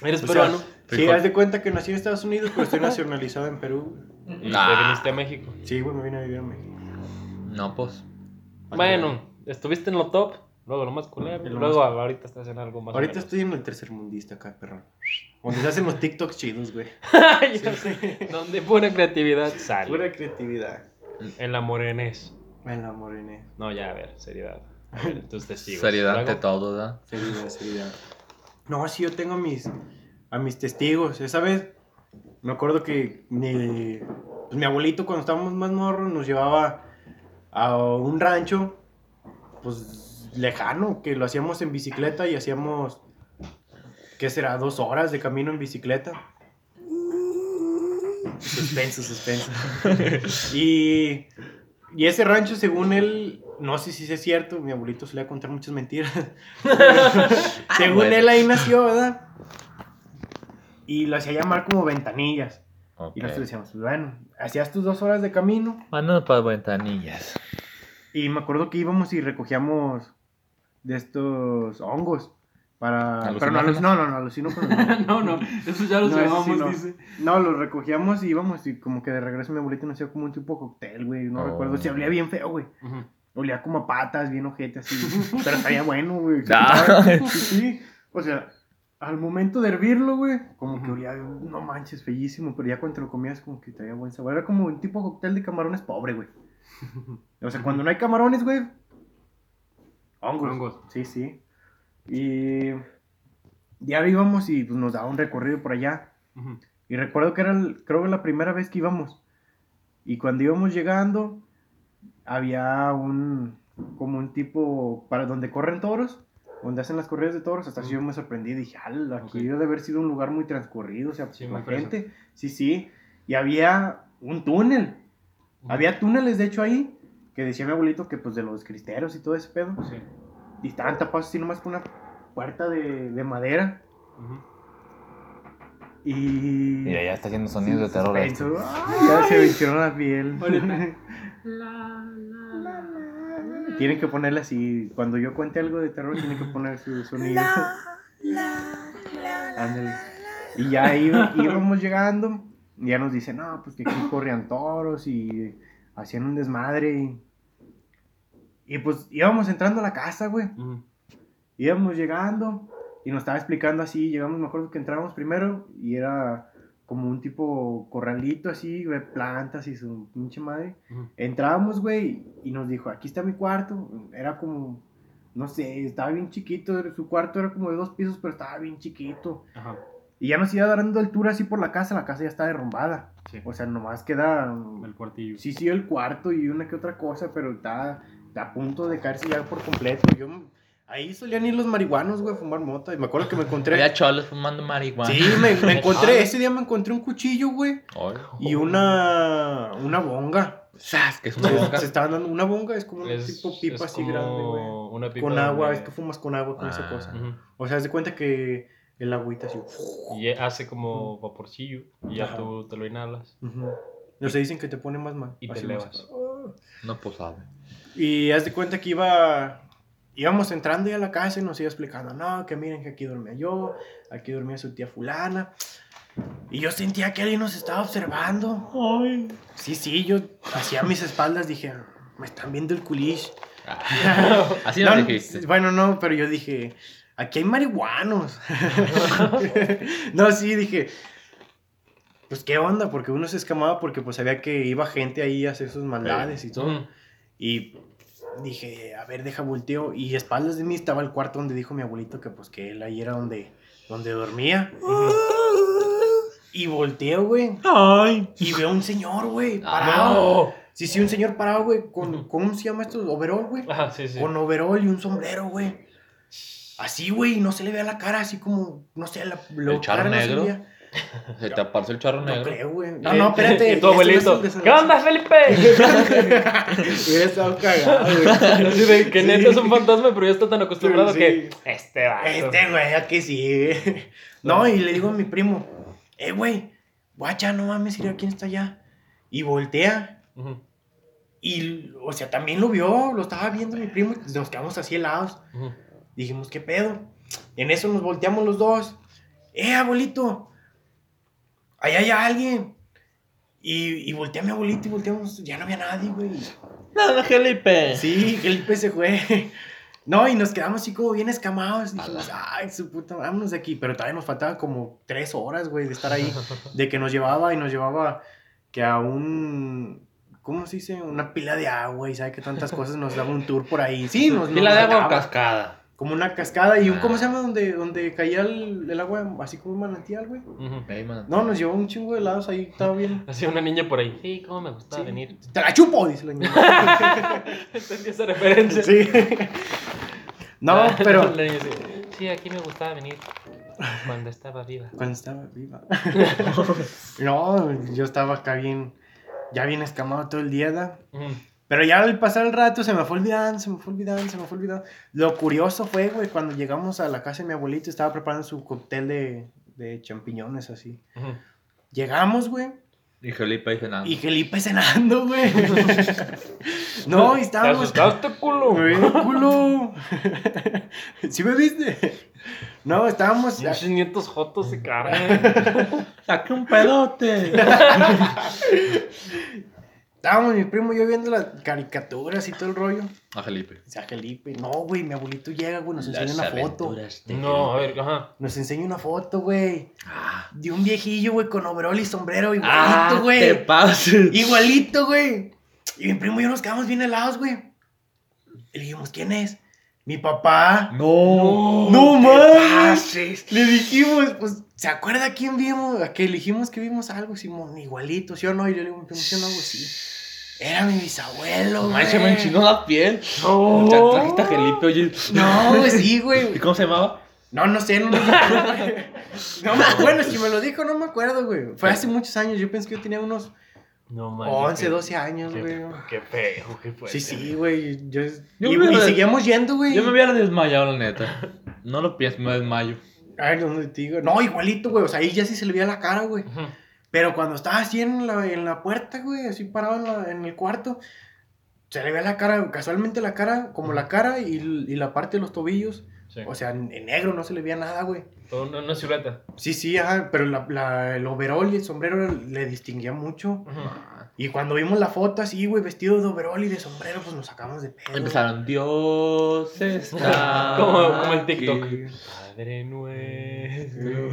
Speaker 2: Eres
Speaker 3: O sea,
Speaker 2: peruano.
Speaker 3: Sí,
Speaker 1: Frijol.
Speaker 3: haz de cuenta que nací en Estados Unidos, pero estoy nacionalizado en Perú.
Speaker 2: Y
Speaker 1: Nah.
Speaker 2: te viniste a México.
Speaker 3: Sí, güey, me vine a vivir a México.
Speaker 1: No, pues.
Speaker 2: Bueno, estuviste en lo top. Luego lo más culero.
Speaker 3: Y lo
Speaker 2: luego ahorita estás en algo más. o
Speaker 3: Ahorita
Speaker 2: menos.
Speaker 3: estoy en el tercermundista acá, perro. Donde se hacen los TikToks chidos, güey.
Speaker 2: Ay, yo sé. Donde pura creatividad sale.
Speaker 3: Pura creatividad.
Speaker 2: En la morenés.
Speaker 3: Me enamoré.
Speaker 2: No, ya, a ver, seriedad. A ver, tus testigos.
Speaker 1: Seriedad ante
Speaker 2: Luego-
Speaker 1: todo, ¿verdad?
Speaker 3: Seriedad, seriedad. No, sí, yo tengo a mis, a mis testigos. Esa vez me acuerdo que mi, pues, mi abuelito, cuando estábamos más morros, nos llevaba a un rancho, pues lejano, que lo hacíamos en bicicleta y hacíamos, ¿qué será? Dos horas de camino en bicicleta. Suspenso, suspenso. y, y ese rancho, según él, no sé si es cierto, mi abuelito se le va a contar muchas mentiras. según
Speaker 1: bueno.
Speaker 3: él, ahí nació, ¿verdad? Y lo hacía llamar como ventanillas.
Speaker 1: Ok.
Speaker 3: Y nosotros decíamos, bueno, hacías tus dos horas de camino.
Speaker 1: Mándanos para pues, ventanillas.
Speaker 3: Y me acuerdo que íbamos y recogíamos de estos hongos. Para, pero no,
Speaker 1: ¿Alucinógenos?
Speaker 3: no, no, no, alucino con los hongos.
Speaker 2: No, no, eso ya los
Speaker 3: No, eso
Speaker 2: llamamos,
Speaker 3: sí, no.
Speaker 2: dice.
Speaker 3: No, los recogíamos y íbamos y como que de regreso mi abuelito nos hacía como un tipo cóctel, güey. No
Speaker 1: Oh.
Speaker 3: recuerdo, se olía bien feo, güey.
Speaker 2: Ujú.
Speaker 3: Olía como a patas, bien ojete así. pero sabía bueno, güey.
Speaker 1: Ah.
Speaker 3: Sí, sí. O sea, al momento de hervirlo, güey, como que olía, no manches, bellísimo. Pero ya cuando lo comías, como que traía buen sabor. Era como un tipo cóctel de camarones pobre, güey. O sea, cuando no hay camarones, güey. Hongos.
Speaker 2: Hongos.
Speaker 3: Sí, sí. Y ya íbamos y pues, nos daba un recorrido por allá.
Speaker 2: Ujú.
Speaker 3: Y recuerdo que era, el- creo que la primera vez que íbamos. Y cuando íbamos llegando, había un, como un tipo, para donde corren toros, donde hacen las corridas de toros. Hasta así yo me sorprendí, dije, al, aquí
Speaker 2: Ok.
Speaker 3: debe de haber sido un lugar muy transcurrido, o sea,
Speaker 2: Sí,
Speaker 3: la
Speaker 2: muy fresa.
Speaker 3: gente. Sí, sí. Y había un túnel.
Speaker 2: Ujú.
Speaker 3: Había túneles, de hecho, ahí, que decía mi abuelito que pues de los cristeros y todo ese pedo.
Speaker 2: Sí.
Speaker 3: Y estaban tapados así nomás con una puerta de, de madera.
Speaker 2: Ujú.
Speaker 3: Y...
Speaker 1: Mira, ya está haciendo
Speaker 3: Sí,
Speaker 1: sonidos de terror. este.
Speaker 3: suspenso. Ay, ya se me hinchó la piel.
Speaker 2: Ahorita.
Speaker 3: Tienen que ponerle así. Cuando yo cuente algo de terror, tienen que poner su sonido. Ándale. Y ya iba- íbamos llegando. y ya nos dicen, no, pues que aquí corrían toros y hacían un desmadre. Y pues íbamos entrando a la casa, güey.
Speaker 2: Ujú.
Speaker 3: Íbamos llegando y nos estaba explicando así, llegamos, me acuerdo que entramos primero y era como un tipo corralito así, de plantas y su pinche madre.
Speaker 2: Ujú.
Speaker 3: Entrábamos, güey, y nos dijo, aquí está mi cuarto. Era como, no sé, estaba bien chiquito, era- su cuarto era como de dos pisos, pero estaba bien chiquito.
Speaker 2: Ajá.
Speaker 3: Y ya nos iba dando altura así por la casa, la casa ya está derrumbada.
Speaker 2: Sí.
Speaker 3: O sea, nomás queda... mm,
Speaker 2: El cuartillo.
Speaker 3: Sí, sí, el cuarto y una que otra cosa, pero está, está a punto de caerse ya por completo. Yo, ahí solían ir los marihuanos, güey, a fumar mota. Y me acuerdo que me encontré.
Speaker 1: Había cholos fumando marihuana.
Speaker 3: Sí, me, me encontré.
Speaker 2: Chale.
Speaker 3: Ese día me encontré un cuchillo, güey.
Speaker 1: Ay.
Speaker 3: Y
Speaker 2: Oh.
Speaker 3: una. Una bonga.
Speaker 1: Sas, que es una
Speaker 3: Se,
Speaker 1: boca.
Speaker 3: se estaban dando. Una bonga es como un
Speaker 2: Es-
Speaker 3: tipo pipa
Speaker 2: es
Speaker 3: así
Speaker 2: como
Speaker 3: grande, güey.
Speaker 2: Una pipa
Speaker 3: Con agua,
Speaker 2: donde-
Speaker 3: es que fumas con agua, con esa
Speaker 1: Ah.
Speaker 3: cosa.
Speaker 2: Ujú.
Speaker 3: O sea, haz de cuenta que el agüita así.
Speaker 2: Y hace como vaporcillo y ya
Speaker 3: Ajá.
Speaker 2: tú te lo inhalas.
Speaker 3: Ujú. No se dicen que te pone más mal.
Speaker 2: Y te
Speaker 3: Así
Speaker 2: elevas.
Speaker 3: más- Ah.
Speaker 1: No, pues sabe.
Speaker 3: Y haz de cuenta que iba. Íbamos entrando ya a la casa y nos iba explicando, no, que miren que aquí dormía yo, aquí dormía su tía fulana. Y yo sentía que alguien nos estaba observando. Sí, sí, yo hacía mis espaldas, dije, me están viendo el culish.
Speaker 1: Ah. Así no,
Speaker 3: No,
Speaker 1: dijiste.
Speaker 3: Bueno, no, pero yo dije, aquí hay marihuanos. no, sí, dije, pues qué onda, porque uno se escamaba porque pues sabía que iba gente ahí a hacer sus maldades y todo.
Speaker 2: Ujú.
Speaker 3: Y dije, a ver, deja volteo. Y a espaldas de mí estaba el cuarto donde dijo mi abuelito que pues que él ahí era donde, donde dormía. Y volteo, güey.
Speaker 1: Ay.
Speaker 3: Y veo a un señor, güey, parado.
Speaker 2: Ah, ¡No!
Speaker 3: Sí, sí, un señor parado, güey, con, ¿cómo se llama esto? Overol, güey.
Speaker 2: Ajá, Ah, sí, sí.
Speaker 3: Con overol y un sombrero, güey. Así, güey, y no se le vea la cara, así como, no sé, la, la
Speaker 1: ¿El charro
Speaker 3: cara no se
Speaker 1: negro?
Speaker 3: veía.
Speaker 1: Se te aparece el charro
Speaker 3: No
Speaker 1: negro.
Speaker 3: creo, güey.
Speaker 2: Eh,
Speaker 3: No, no, espérate.
Speaker 2: Y tu abuelito. ¿Qué onda, Felipe?
Speaker 3: Hubiera estado cagado, güey.
Speaker 2: Así de que
Speaker 3: Sí.
Speaker 2: neta es un fantasma, pero ya está tan acostumbrado
Speaker 3: Sí.
Speaker 2: que. Este va.
Speaker 3: Este, güey, ¿a qué sigue? No, y le digo a mi primo, eh, güey, guacha, no mames, mira quién está allá. Y voltea. Y, o sea, también lo vio, lo estaba viendo mi primo y nos quedamos así helados. Dijimos, ¿qué pedo? En eso nos volteamos los dos. ¡Eh, abuelito! Allá hay alguien. Y, y volteé a mi abuelito y volteamos. Ya no había nadie, güey.
Speaker 1: No, no, Felipe.
Speaker 3: Sí, Felipe se fue. No, y nos quedamos así como bien escamados. Dijimos,
Speaker 1: Ala.
Speaker 3: ay, su puta, vámonos de aquí. Pero todavía nos faltaban como tres horas, güey, de estar ahí. De que nos llevaba y nos llevaba que a un. ¿Cómo se dice? Una pila de agua y sabe que tantas cosas nos daba un tour por ahí. Sí, nos
Speaker 2: Pues
Speaker 1: Y la
Speaker 3: nos
Speaker 1: de agua
Speaker 3: sacaba
Speaker 1: o cascada.
Speaker 3: como una cascada y un, ¿cómo se llama? Donde, donde caía el, el agua, así como un manantial, güey.
Speaker 1: Ey, man.
Speaker 3: No, nos llevó un chingo de helados ahí, estaba bien.
Speaker 2: Así una niña por ahí. Sí, cómo me gustaba
Speaker 3: Sí.
Speaker 2: venir.
Speaker 3: ¡Te la chupo! Dice la niña.
Speaker 2: Entendí esa referencia. Ah,
Speaker 3: sí. No, pero
Speaker 2: La niña así, Sí, aquí me gustaba venir. Cuando estaba viva.
Speaker 3: cuando estaba viva. No, yo estaba acá bien, ya bien escamado todo el día, ¿da?
Speaker 2: Ujú.
Speaker 3: Pero ya al pasar el rato se me fue olvidando, se me fue olvidando, se me fue olvidando. Lo curioso fue, güey, cuando llegamos a la casa de mi abuelito, estaba preparando su cóctel de, de champiñones así.
Speaker 2: Ujú.
Speaker 3: Llegamos, güey.
Speaker 1: Y Felipe dice nada.
Speaker 3: Y Felipe cenando, güey. no, y
Speaker 2: Te
Speaker 3: estábamos.
Speaker 2: asustaste, culo.
Speaker 3: Me vi el culo. ¿Sí me viste? No, estábamos.
Speaker 2: Muchos nietos jotos se cargan.
Speaker 1: Saqué un pedote.
Speaker 3: Estábamos mi primo y yo viendo las caricaturas y todo el rollo.
Speaker 1: A Felipe.
Speaker 3: O sea, Felipe. No, güey, mi abuelito llega, güey, nos enseña una foto.
Speaker 2: No, a ver, ajá.
Speaker 3: Nos enseña una foto, güey.
Speaker 1: Ah,
Speaker 3: De un viejillo, güey, con overol y sombrero
Speaker 1: ah,
Speaker 3: igualito,
Speaker 1: te
Speaker 3: güey.
Speaker 1: pases.
Speaker 3: Igualito, güey. Y mi primo y yo nos quedamos bien helados, güey. Y le dijimos, ¿quién es? Mi papá.
Speaker 1: No.
Speaker 3: ¡No
Speaker 1: te
Speaker 3: mames!
Speaker 1: pases.
Speaker 3: Le dijimos, pues, ¿se acuerda a quién vimos? A que elegimos que vimos algo, Simón, igualito, ¿sí o no? Y yo le digo, ¿sí o no? Pues, sí. Era mi bisabuelo, güey.
Speaker 1: Ay, se me enchinó la piel.
Speaker 2: No.
Speaker 1: Ya trajiste a Felipe, oye.
Speaker 3: No, güey, sí, güey.
Speaker 1: ¿Y cómo se llamaba?
Speaker 3: No, no sé, no me acuerdo, güey. No me acuerdo, si me lo dijo, no me acuerdo, güey. Fue hace muchos años, yo pensé que yo tenía unos
Speaker 2: No manches.
Speaker 3: 11,
Speaker 2: qué-
Speaker 3: 12 años,
Speaker 2: qué-
Speaker 3: güey.
Speaker 5: Qué feo, qué
Speaker 3: Sí,
Speaker 5: fuerte.
Speaker 3: sí, güey. Yo,
Speaker 1: Yo
Speaker 3: y,
Speaker 1: me
Speaker 3: y
Speaker 1: hubiera-
Speaker 3: seguíamos yendo, güey.
Speaker 1: Yo me hubiera desmayado, la neta. No lo pienso, me desmayo.
Speaker 3: Ay, no, no, te digo. No, igualito, güey. O sea, ahí ya sí se le veía la cara, güey.
Speaker 2: Ujú.
Speaker 3: Pero cuando estaba así en la, en la puerta, güey, así parado en, la- en el cuarto, se le ve la cara, casualmente la cara, como la cara y, y la parte de los tobillos.
Speaker 2: Sí.
Speaker 3: O sea, en, en negro no se le veía nada, güey.
Speaker 2: Todo una, una silueta.
Speaker 3: Sí, sí, ajá, pero la, la- el overol y el sombrero le distinguía mucho.
Speaker 2: Ujú.
Speaker 3: Y cuando vimos la foto así, güey, vestido de overol y de sombrero, pues nos sacamos de pedo.
Speaker 1: Empezaron, Dios está.
Speaker 2: Como- como el TikTok.
Speaker 1: aquí".
Speaker 2: Padre nuestro.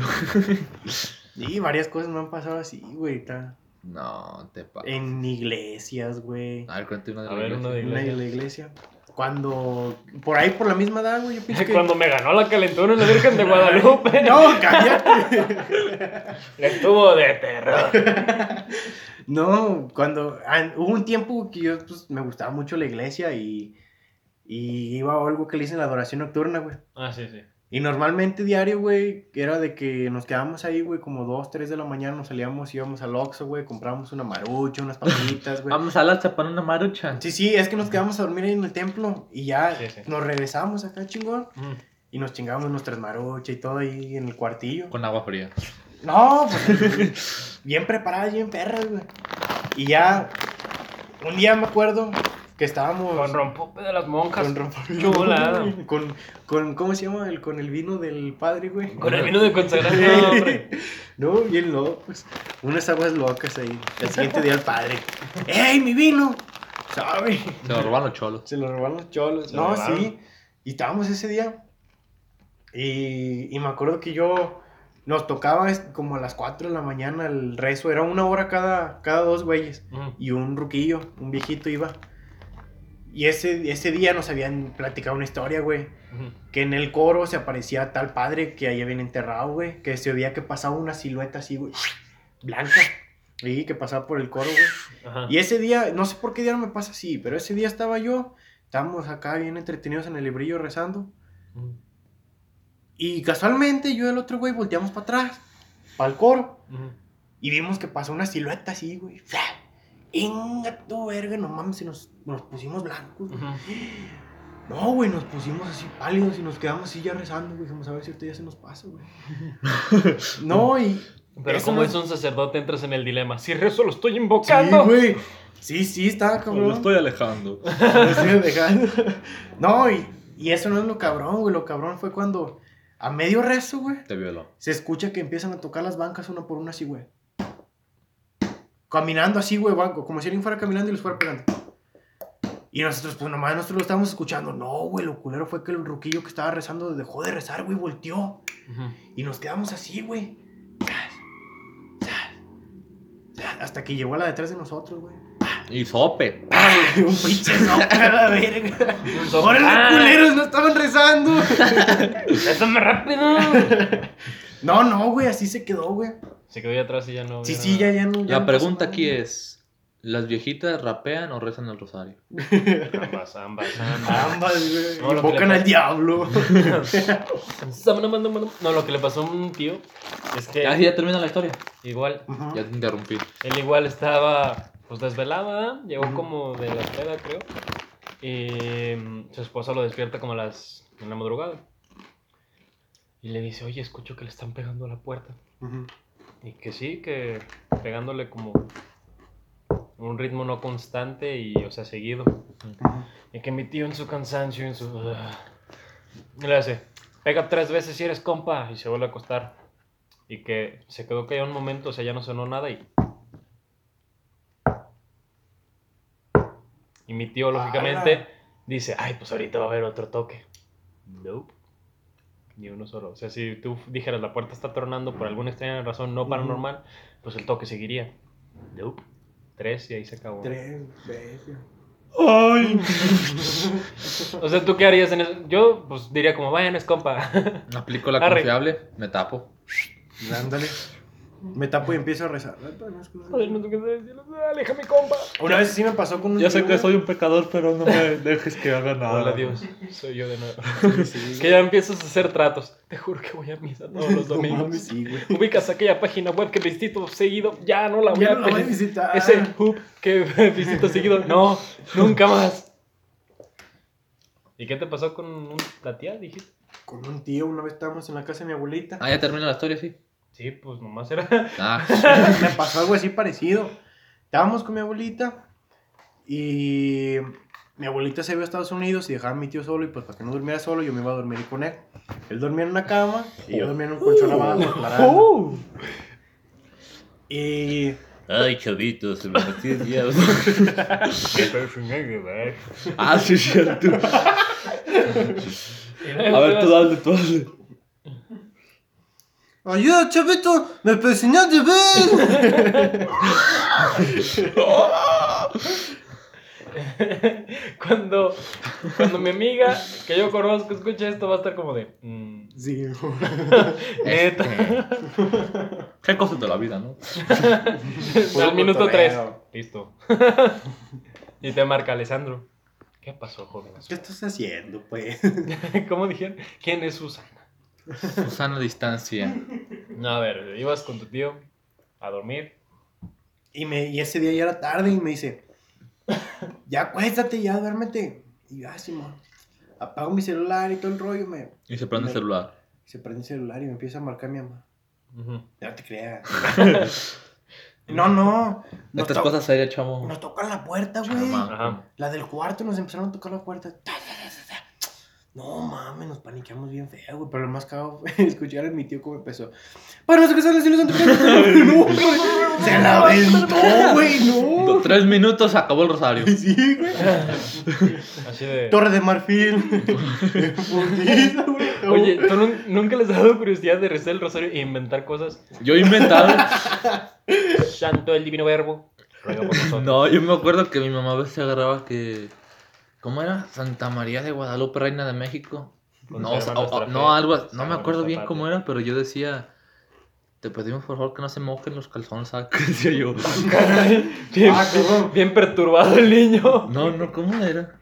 Speaker 3: Y varias cosas me han pasado así, güey. ta-
Speaker 1: No, te pases.
Speaker 3: En iglesias, güey.
Speaker 1: A ver, cuéntame una de
Speaker 2: A
Speaker 1: la
Speaker 2: ver, uno
Speaker 1: iglesia.
Speaker 2: de
Speaker 3: Una de
Speaker 2: iglesia.
Speaker 3: la iglesia. Cuando. Por ahí, por la misma edad, güey. Yo pienso que.
Speaker 2: Cuando me ganó la calentura en la Virgen de Guadalupe.
Speaker 3: No, cállate.
Speaker 2: Le estuvo de terror.
Speaker 3: no, cuando. ah, hubo un tiempo que yo pues, me gustaba mucho la iglesia y. Y iba a algo que le dicen la adoración nocturna, güey.
Speaker 2: Ah, sí, sí.
Speaker 3: Y normalmente diario, güey, era de que nos quedábamos ahí, güey, como 2, 3 de la mañana, nos salíamos, íbamos al Oxxo, güey, comprábamos una marucha, unas papitas, güey.
Speaker 1: Vamos a la para una marucha.
Speaker 3: Sí, sí, es que nos quedamos a dormir ahí en el templo y ya
Speaker 2: Sí, sí.
Speaker 3: nos regresamos acá, chingón.
Speaker 2: Ujú.
Speaker 3: Y nos chingábamos nuestras maruchas y todo ahí en el cuartillo.
Speaker 1: Con agua fría.
Speaker 3: No, pues, bien preparadas, bien perras, güey. Y ya, un día me acuerdo que estábamos
Speaker 2: Con rompope de las monjas.
Speaker 3: con
Speaker 2: Con,
Speaker 3: rompa-
Speaker 2: Chulada.
Speaker 3: güey, con, con, ¿cómo se llama? El, con el vino del padre, güey.
Speaker 2: el vino de consagración, hombre.
Speaker 3: No, bien loco, pues, unas aguas locas ahí. El siguiente día el padre, ¡Ey, mi vino! ¿Sabe?
Speaker 1: Se lo roban los cholos.
Speaker 3: Se lo robaron los cholos.
Speaker 2: Se lo
Speaker 3: no,
Speaker 2: robaron.
Speaker 3: sí. Y estábamos ese día. Y, y me acuerdo que yo Nos tocaba es- como a las 4 de la mañana el rezo. Era una hora cada, cada dos güeyes.
Speaker 2: Ujú.
Speaker 3: Y un ruquillo, un viejito iba. Y ese, ese día nos habían platicado una historia, güey.
Speaker 2: Ujú.
Speaker 3: Que en el coro se aparecía tal padre que ahí habían enterrado, güey. Que se veía que pasaba una silueta así, güey. Blanca. Y que pasaba por el coro, güey.
Speaker 2: Ajá.
Speaker 3: Y ese día, no sé por qué día no me pasa así, pero ese día estaba yo, estábamos acá bien entretenidos en el librillo rezando.
Speaker 2: Ujú.
Speaker 3: Y casualmente yo y el otro güey volteamos para atrás, para el coro,
Speaker 2: Ujú.
Speaker 3: y vimos que pasó una silueta así, güey. ¡Fla! Inga tu verga, no mames, y nos, nos pusimos blancos. güey.
Speaker 2: Ujú.
Speaker 3: No, güey, nos pusimos así pálidos y nos quedamos así ya rezando, güey. Dijimos, a ver si ahorita ya se nos pasa, güey. no, y.
Speaker 2: Pero
Speaker 3: eso
Speaker 2: como
Speaker 3: no-
Speaker 2: es un sacerdote, entras en el dilema. Si rezo, lo estoy
Speaker 3: Sí,
Speaker 2: invocando.
Speaker 3: güey. Sí, sí, estaba cabrón.
Speaker 1: Lo estoy alejando.
Speaker 3: Lo sigo dejando. No, y, y eso no es lo cabrón, güey. Lo cabrón fue cuando a medio rezo, güey,
Speaker 1: Te violó.
Speaker 3: se escucha que empiezan a tocar las bancas una por una así, güey. Caminando así, güey, banco. Como si alguien fuera caminando y los fuera pegando. Y nosotros, pues nomás nosotros lo estábamos escuchando. No, güey, lo culero fue que el ruquillo que estaba rezando dejó de rezar, güey, volteó.
Speaker 2: Ujú.
Speaker 3: Y nos quedamos así, güey. Zas, zas, zas, Hasta que llegó la detrás de nosotros, güey.
Speaker 1: Y sope.
Speaker 3: ¡Ay, un pinche sopa a la verga!
Speaker 2: Un sopa.
Speaker 3: ¡Órale,
Speaker 2: ¡Ah!
Speaker 3: culeros! ¡No estaban rezando!
Speaker 2: ¡Rézame rápido!
Speaker 3: No, no, güey, así se quedó, güey.
Speaker 2: Se quedó ahí atrás y ya no.
Speaker 3: Sí,
Speaker 2: ya-
Speaker 3: sí, ya, ya no. ya
Speaker 1: La
Speaker 3: no
Speaker 1: pregunta
Speaker 3: pasó
Speaker 1: aquí
Speaker 3: nada.
Speaker 1: es: ¿las viejitas rapean o rezan el rosario?
Speaker 2: Ambas, ambas, ambas.
Speaker 3: Ambas, güey.
Speaker 2: No, lo que
Speaker 3: Invocan
Speaker 2: le-
Speaker 3: al diablo.
Speaker 2: No, lo que le pasó a un tío es que
Speaker 1: Ya, ya termina la historia.
Speaker 2: igual,
Speaker 3: Ajá.
Speaker 1: Ah. Ya te interrumpí.
Speaker 2: él igual estaba pues desvelado, ¿verdad? Llegó
Speaker 3: Ujú.
Speaker 2: como de la peda, creo. Y mm, su esposa lo despierta como a las. en la madrugada. Y le dice, oye, escucho que le están pegando a la puerta.
Speaker 3: Ujú.
Speaker 2: Y que sí, que pegándole como un ritmo no constante y, o sea, seguido.
Speaker 3: Ujú.
Speaker 2: Y que mi tío en su cansancio, en su... y le hace, pega tres veces si eres compa, y se vuelve a acostar. Y que se quedó callado un momento, o sea, ya no sonó nada y... Y mi tío, lógicamente,
Speaker 3: ¡Hala!
Speaker 2: dice, ay, pues ahorita va a haber otro toque. Nope. Ni uno solo. O sea, si tú dijeras, la puerta está tronando por alguna extraña razón no paranormal, pues el toque seguiría. Nope. Tres y ahí se acabó.
Speaker 3: Tres veces.
Speaker 1: ¡Ay!
Speaker 2: O sea, ¿tú qué harías en eso? Yo, pues, diría como, vayan, es compa.
Speaker 1: Aplico la
Speaker 2: Arre.
Speaker 1: confiable, me tapo.
Speaker 3: Ándale. Me tapo y empiezo a rezar. Una "Ah,
Speaker 2: Aleja mi compa.
Speaker 3: vez sí me pasó con un. tío, güey.
Speaker 1: un pecador, pero no me dejes que haga
Speaker 2: Hola, Dios. Soy yo de nuevo. Que ya empiezas a hacer tratos. Te juro que voy a misa todos los
Speaker 3: No mames,
Speaker 2: domingos.
Speaker 3: Sí, güey.
Speaker 2: Ubicas aquella página web que visito seguido. Ya no la voy
Speaker 3: Ya
Speaker 2: a
Speaker 3: no la voy a
Speaker 2: vis-
Speaker 3: visitar.
Speaker 2: Ese hub que visito seguido. No, nunca más. ¿Y qué te pasó con un, la tía, dijiste?
Speaker 3: Con un tío, una vez estábamos en la casa de mi abuelita.
Speaker 1: Ah, ya termina la historia, sí.
Speaker 2: Sí, pues nomás era.
Speaker 1: Ah,
Speaker 3: me pasó algo así parecido. Estábamos con mi abuelita y mi abuelita se iba a Estados Unidos y dejaba a mi tío solo y pues para que no durmiera solo yo me iba a dormir con él. Él dormía en una cama y yo dormía en un colchón abajo.
Speaker 2: Uh.
Speaker 3: parado. Y
Speaker 1: Ay, chavito, se me metió el
Speaker 2: A
Speaker 1: ah, sí, sí, tú. A ver, tú dale, tú dale.
Speaker 3: Ayuda, chavito, me persigné de ver.
Speaker 2: cuando, cuando mi amiga que yo conozco escucha esto, va a estar como de. mm,
Speaker 3: Sí,
Speaker 2: neta.
Speaker 1: Este, Qué cosas de la vida, ¿no?
Speaker 2: Al minuto 3.
Speaker 3: cotorreo.
Speaker 2: Listo. y te marca Alessandro. ¿Qué pasó, joven?
Speaker 3: ¿qué estás haciendo, pues?
Speaker 2: ¿Cómo dijeron? ¿Quién es Susana?
Speaker 1: Susana distancia.
Speaker 2: No, a ver, ibas con tu tío a dormir.
Speaker 3: Y, me, y ese día ya era tarde y me dice, ya acuéstate, ya duérmete. Y yo, ah, Simón, apago mi celular y todo el rollo, me,
Speaker 1: Y se prende el celular.
Speaker 3: se prende el celular y me empieza a marcar mi mamá.
Speaker 2: Ujú.
Speaker 3: No te creas. no, no. Nos,
Speaker 1: Estas
Speaker 3: to-
Speaker 1: cosas serias, chamo.
Speaker 3: nos tocan la puerta, güey.
Speaker 1: Chama.
Speaker 2: Ajá.
Speaker 3: La del cuarto nos empezaron a tocar la puerta. Ta, ta, ta, ta, ta. No mames, nos paniqueamos bien feo, güey. Pero lo más cagado fue escuchar a mi tío cómo empezó. Para no sé qué son las Islas Antárticas". No, güey. Se la aventó, güey, no.
Speaker 1: Tres minutos acabó el rosario.
Speaker 3: Sí, güey.
Speaker 2: Así de...
Speaker 3: Torre de marfil. Putiza, güey.
Speaker 2: Oye, ¿tú nun- nunca les has dado curiosidad de rezar el rosario e inventar cosas?
Speaker 1: Yo he inventado.
Speaker 2: Santo el divino verbo. ruega por nosotros.
Speaker 1: No, yo me acuerdo que mi mamá a veces agarraba que. ¿Cómo era? Santa María de Guadalupe, Reina de México. No, o sea,
Speaker 2: Conserva
Speaker 1: o- o-
Speaker 2: nuestra
Speaker 1: no,
Speaker 2: fe,
Speaker 1: algo, no
Speaker 2: salva
Speaker 1: me acuerdo
Speaker 2: nuestra
Speaker 1: bien
Speaker 2: patria.
Speaker 1: cómo era, pero yo decía, te pedimos por favor que no se mojen los calzones, ¿sabes? qué decía yo?
Speaker 2: Caray, bien,
Speaker 3: Ah, cabrón.
Speaker 2: bien perturbado el niño.
Speaker 1: No, no, ¿cómo era?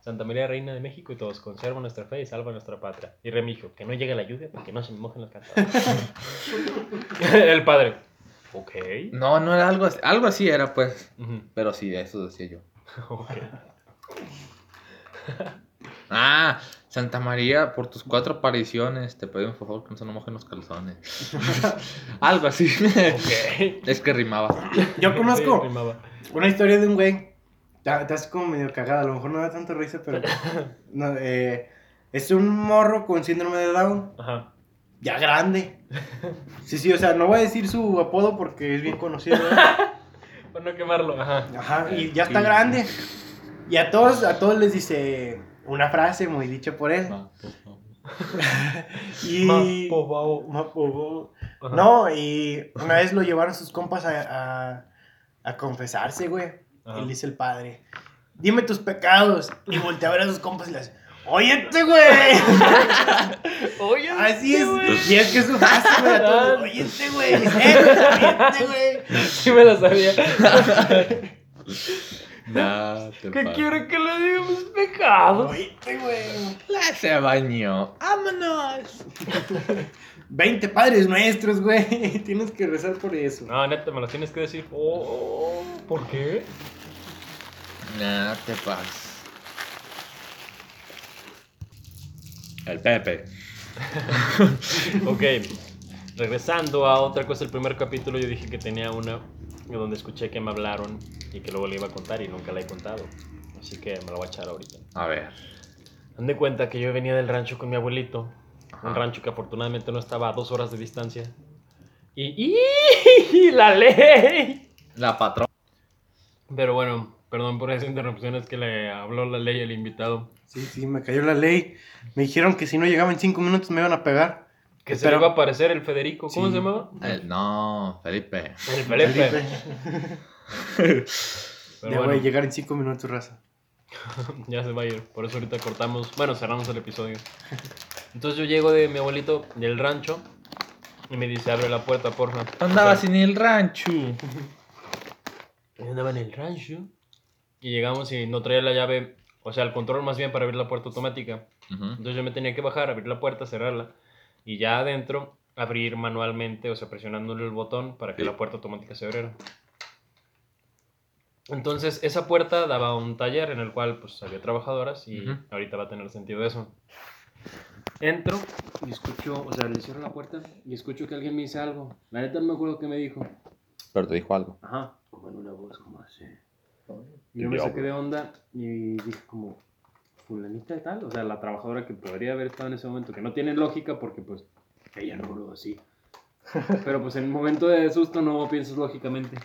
Speaker 2: Santa María, Reina de México y todos, conserva nuestra fe y salva nuestra patria. Y Remigio, que no llegue la lluvia para que no se me mojen los cantados. el padre, ok.
Speaker 1: No, no era algo así, algo así era pues,
Speaker 3: Mm.
Speaker 2: Ujú,
Speaker 1: pero sí, eso decía yo.
Speaker 2: ok.
Speaker 1: Ah, Santa María, por tus cuatro apariciones, te pedimos por favor que no se nos mojen los calzones. algo así.
Speaker 2: ok.
Speaker 1: es que rimaba.
Speaker 3: Yo
Speaker 2: Sí,
Speaker 3: conozco
Speaker 2: rimaba.
Speaker 3: una historia de un güey. Está está así como medio cagada. A lo mejor no da tanta risa, pero. no, eh, es un morro con síndrome de Down.
Speaker 2: Ajá.
Speaker 3: Ya grande. Sí, sí, o sea, no voy a decir su apodo porque es bien conocido. ¿verdad?
Speaker 2: Para no quemarlo, ajá.
Speaker 3: Ajá, y ya está grande. Y a todos, a todos les dice una frase muy dicha por él. Y.
Speaker 2: Mapo, bao.
Speaker 3: Mapo.
Speaker 2: Ajá.
Speaker 3: No, y una vez lo llevaron sus compas a, a, a confesarse, güey.
Speaker 2: Ajá.
Speaker 3: Y le dice el padre, dime tus pecados. Y voltea a ver a sus compas y le hace, óyete, güey.
Speaker 2: Oye,
Speaker 3: Así es.
Speaker 2: güey.
Speaker 3: Y es que es su frase, güey. a todos, Óyete, güey. eh, Óyete, güey.
Speaker 2: Sí me la sabía.
Speaker 1: Nah, te
Speaker 2: ¿Qué
Speaker 1: pases.
Speaker 2: quiero que le diga mis pecados?
Speaker 3: Óyete, güey.
Speaker 1: La se bañó. ¡Vámonos!
Speaker 3: 20 padres nuestros, güey. Tienes que rezar por eso.
Speaker 2: No, neta, me lo tienes que decir. Oh, ¿Por qué?
Speaker 1: Nah, te pases. El Pepe.
Speaker 2: Ok, regresando a otra cosa, el primer capítulo yo dije que tenía una donde escuché que me hablaron y que luego le iba a contar y nunca la he contado. Así que me la voy a echar ahorita.
Speaker 1: A ver.
Speaker 2: Dan de cuenta que yo venía del rancho con mi abuelito.
Speaker 1: Ajá.
Speaker 3: Ah.
Speaker 2: Un rancho que afortunadamente no estaba a dos horas de distancia. Y, ¡y! ¡La ley!
Speaker 1: La patrona.
Speaker 2: Pero bueno, perdón por esas interrupciones que le habló la ley al invitado.
Speaker 3: Sí, sí, me cayó la ley. Me dijeron que si no llegaba en 5 minutos me iban a pegar.
Speaker 2: Que se
Speaker 3: Pero-
Speaker 2: le iba a aparecer el Federico. ¿Cómo
Speaker 3: Sí.
Speaker 2: se llamaba?
Speaker 1: Eh, no, Felipe.
Speaker 2: El Felipe. Pero
Speaker 3: Ya
Speaker 2: bueno,
Speaker 3: voy a llegar en 5 minutos, raza.
Speaker 2: ya se va a ir. Por eso ahorita cortamos. Bueno, cerramos el episodio. Entonces yo llego de mi abuelito del rancho y me dice, abre la puerta, porfa.
Speaker 1: Andaba
Speaker 2: O sea,
Speaker 1: sin el rancho.
Speaker 2: yo andaba en el rancho. Y llegamos y no traía la llave, o sea, el control más bien para abrir la puerta automática.
Speaker 1: Ujú.
Speaker 2: Entonces yo me tenía que bajar, abrir la puerta, cerrarla. Y ya adentro, abrir manualmente, o sea, presionándole el botón para que
Speaker 1: Sí.
Speaker 2: la puerta automática se abriera. Entonces, esa puerta daba a un taller en el cual pues había trabajadoras y
Speaker 1: Ujú.
Speaker 2: ahorita va a tener sentido eso. Entro y escucho, o sea, le cierro la puerta y escucho que alguien me dice algo. La neta no me acuerdo qué me dijo.
Speaker 1: Pero te dijo algo.
Speaker 2: Ajá, como en una voz como así. Yo me saqué de onda y dije como, fulanita de tal, o sea, la trabajadora que podría haber estado en ese momento, que no tiene lógica porque pues ella no habló así. Pero pues en el momento de susto no piensas lógicamente.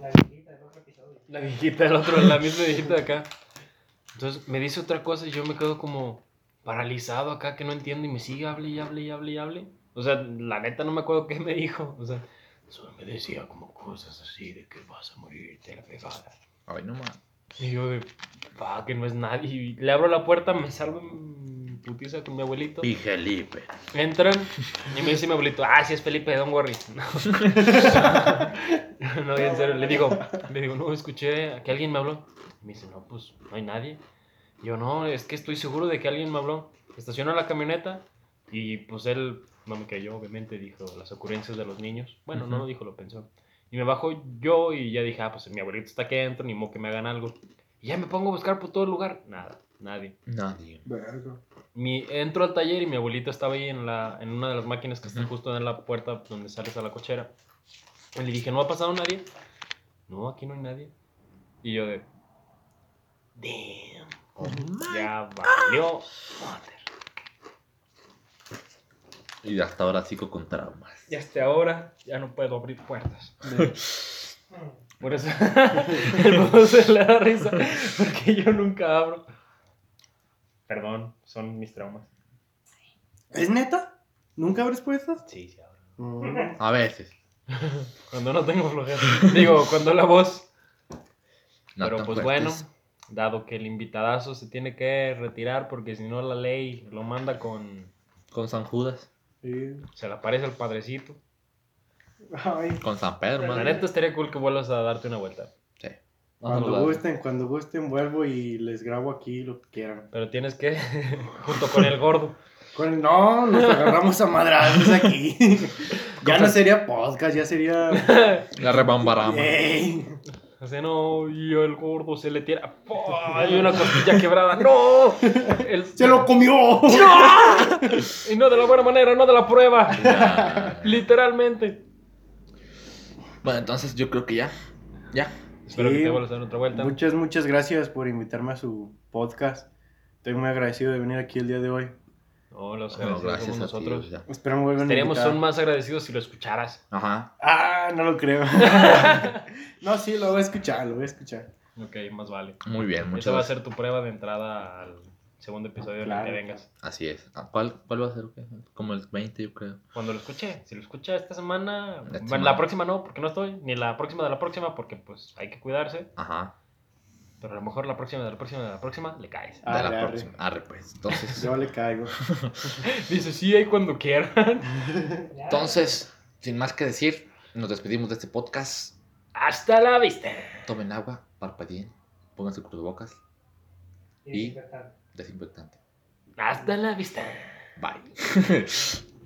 Speaker 4: La viejita del otro episodio.
Speaker 2: La viejita del otro, la misma viejita de acá. Entonces me dice otra cosa y yo me quedo como paralizado acá que no entiendo y me sigue hable y hable y hable y hable. O sea, la neta no me acuerdo qué me dijo. O sea, solo me decía como cosas así de que vas a morirte la pegada.
Speaker 1: Ay, no más.
Speaker 2: Y yo de, pa, que no es nadie. Y le abro la puerta, me salgo en putiza con mi abuelito.
Speaker 1: Y Felipe.
Speaker 2: Entran y me dice mi abuelito, ah, sí es Felipe, don't worry. No, no en serio, le digo, le digo, no, escuché que alguien me habló. Y me dice, no, pues no hay nadie. Y yo, no, es que estoy seguro de que alguien me habló. Estacionó la camioneta y pues él no me cayó, obviamente, dijo las ocurrencias de los niños. Bueno, no
Speaker 1: Ujú.
Speaker 2: lo dijo, lo pensó. Y me bajo yo y ya dije, ah, pues mi abuelito está aquí adentro, ni modo que me hagan algo. Y ya me pongo a buscar por todo el lugar. Nada, nadie
Speaker 1: Nadie.
Speaker 2: mi, entro al taller y mi abuelito estaba ahí en, la, en una de las máquinas que está
Speaker 1: Ujú.
Speaker 2: justo en la puerta donde sales a la cochera. Y le dije, ¿no ha pasado nadie? No, aquí no hay nadie. Y yo de... Damn. pues Ya valió.
Speaker 1: Y hasta ahora sigo con traumas.
Speaker 2: Y hasta ahora ya no puedo abrir puertas. Por eso el mundo se le da risa. Porque yo nunca abro. Perdón, son mis traumas.
Speaker 3: ¿Es neta? ¿Nunca abres puertas?
Speaker 2: Sí, sí abro.
Speaker 1: A veces.
Speaker 2: Cuando no tengo flojera. Digo, cuando la voz.
Speaker 1: No
Speaker 2: Pero
Speaker 1: tan
Speaker 2: pues bueno,
Speaker 1: fuertes.
Speaker 2: dado que el invitadazo se tiene que retirar porque si no la ley lo manda con...
Speaker 1: Con San Judas.
Speaker 3: Sí.
Speaker 2: Se le aparece al padrecito.
Speaker 3: Ay,
Speaker 1: Con San Pedro,
Speaker 2: La
Speaker 1: madre.
Speaker 2: neta estaría cool que vuelvas a darte una vuelta.
Speaker 1: Sí.
Speaker 3: cuando
Speaker 2: Vamos a hablar.
Speaker 3: gusten, cuando gusten vuelvo y les grabo aquí lo que quieran.
Speaker 2: Pero tienes que, junto con el gordo.
Speaker 3: Con- No, nos agarramos a madrazos aquí. ya no sería podcast, ya sería...
Speaker 1: La rebambarama.
Speaker 3: Ey.
Speaker 2: Así no, y el gordo se le tira. ¡Pah! Hay una costilla quebrada. ¡No! El-
Speaker 3: ¡Se lo comió!
Speaker 2: Y no de la buena manera, no de la prueba.
Speaker 1: Ya.
Speaker 2: Literalmente.
Speaker 1: bueno, entonces yo creo que ya. Ya.
Speaker 2: Espero que
Speaker 3: Sí.
Speaker 2: te vuelvas a dar otra vuelta.
Speaker 3: Muchas, muchas gracias por invitarme a su podcast. Estoy muy agradecido de venir aquí el día de hoy.
Speaker 2: No, Oh, los
Speaker 1: Bueno,
Speaker 2: agradecemos
Speaker 1: gracias a ti.
Speaker 2: nosotros.
Speaker 1: o sea.
Speaker 3: Espero me vuelvan a
Speaker 2: Estaríamos
Speaker 3: invitar.
Speaker 2: son más agradecidos si lo escucharas.
Speaker 1: Ajá.
Speaker 3: Ah, no lo creo. no, sí, lo voy a escuchar, lo voy a escuchar.
Speaker 2: Ok, más vale.
Speaker 1: Muy bien,
Speaker 2: Esa
Speaker 1: muchas
Speaker 2: va a
Speaker 1: gracias.
Speaker 2: ser tu prueba de entrada al segundo episodio en el
Speaker 3: Claro.
Speaker 2: que vengas.
Speaker 1: Así es. Ah, ¿Cuál, ¿Cuál va a ser? o qué? Como el 20, yo creo.
Speaker 2: Cuando lo escuche, si lo escucha esta semana,
Speaker 1: Esta
Speaker 2: bueno,
Speaker 1: semana.
Speaker 2: la próxima no, porque no estoy, ni la próxima de la próxima, porque pues hay que cuidarse,
Speaker 1: Ajá.
Speaker 2: pero a lo mejor la próxima de la próxima de la próxima le caes.
Speaker 1: De
Speaker 3: Arre,
Speaker 1: la
Speaker 3: arre.
Speaker 1: próxima. Arre, pues. Entonces.
Speaker 3: Yo le caigo.
Speaker 2: Dice, sí, ahí cuando quieran.
Speaker 1: Entonces, sin más que decir, nos despedimos de este podcast.
Speaker 2: Hasta la vista.
Speaker 1: Tomen agua, parpadeen, pónganse cubrebocas,
Speaker 4: Y desinfectante.
Speaker 1: desinfectante.
Speaker 2: Hasta la vista.
Speaker 1: Bye.